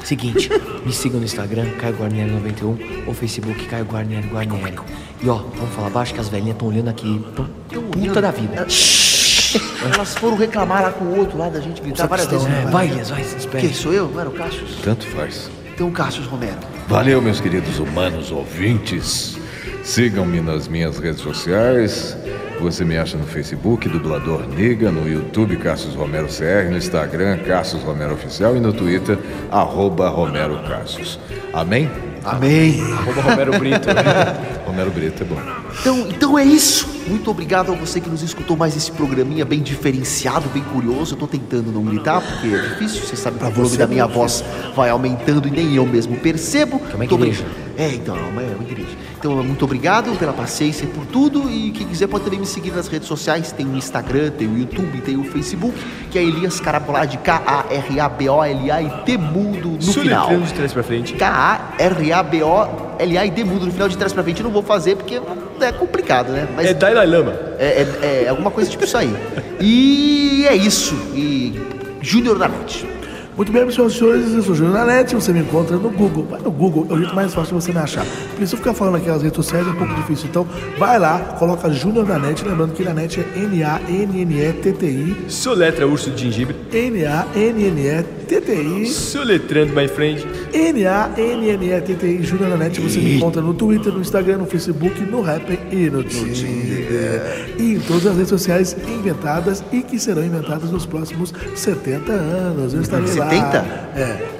Seguinte, me sigam no Instagram, Caio Guarnieri 91, ou Facebook Caio Guarnieri é Guarnieri. E ó, vamos falar baixo que as velhinhas estão olhando aqui. Tão puta da Tá, vida. Elas foram reclamar lá com o outro lá da gente gritar várias vezes. É, vai, Elias, vai, espera. Quem sou eu? Não era o Cassius? Tanto faz. Então, Cassius Romero. Valeu, meus queridos humanos ouvintes. Sigam-me nas minhas redes sociais. Você me acha no Facebook, Dublador Niga, no YouTube, Cassius Romero CR, no Instagram, Cassius Romero Oficial e no Twitter, arroba Romero Cassius. Amém? Amém. Arroba Romero Brito. <laughs> Romero Brito é bom. Então, então é isso. Muito obrigado a você que nos escutou mais esse programinha bem diferenciado, bem curioso. Eu tô tentando não gritar, porque é difícil, você sabe que o volume você da é minha muito voz vai aumentando e nem eu mesmo percebo. é uma Tô brin- igreja. É, então, é uma, é uma igreja. Então, muito obrigado pela paciência e por tudo. E quem quiser pode também me seguir nas redes sociais. Tem o Instagram, tem o YouTube, tem o Facebook, que é Elias Carabolade, K-A-R-A-B-O-L-A e T mudo no final. Soletrando de trás pra frente. K-A-R-A-B-O-L-A e D mudo no final de trás pra frente. Eu não vou fazer porque é complicado, né? Mas É Dalai Lama. é, é- é alguma coisa tipo isso aí. E é isso. E Júnior da Net. Muito bem, senhoras e senhores, eu sou o Júnior Nanete, você me encontra no Google. Vai no Google, é o jeito mais fácil de você me achar. Porque se eu ficar falando aqui nas redes sociais é um pouco difícil. Então, vai lá, coloca Júnior Nanete, lembrando que Nanete é N-A-N-N-E-T-T-I. Soletra urso de gengibre. N-A-N-N-E-T-T-I. Soletrando, my friend. N-A-N-N-E-T-T-I, Júnior Nanete, você me encontra no Twitter, no Instagram, no Facebook, no Rapper e no Tinder. E em todas as redes sociais inventadas e que serão inventadas nos próximos 70 anos. Eu estarei lá. 70? É. Quero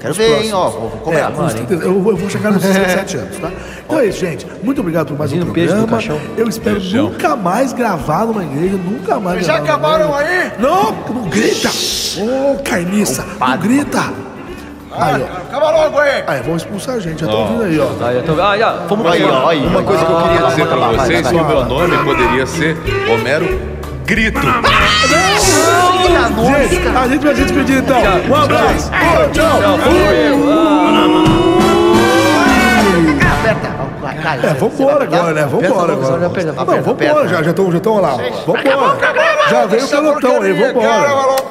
nos ver, hein, próximos. ó, vou- vou cobrar É, agora, com hein. certeza. Eu vou, eu vou chegar nos 67 anos, tá? Então é isso, gente. Muito obrigado por mais um Imagina um beijo no programa. caixão. Eu espero Beijão. nunca mais gravar numa igreja, nunca mais Já gravar numa acabaram igreja. aí? Não, não grita! Ô, carniça, não grita! Aí, ó. Acaba logo aí! Aí, vão expulsar a gente, já estão vindo aí, ó. Ah, eu então, tô... ah, já, fomos Aí, ó, aí. Uma coisa que eu queria dizer pra vocês é que o meu nome poderia ser Homero Grito. Gente, a gente vai se despedir então. Um abraço. Tchau, tchau. 哎 Aperta. Vai, vai, É, vambora agora, né? Vambora agora. Não, vambora, já estão já tão lá. ó. Vambora. Já veio o pelotão aí, vambora.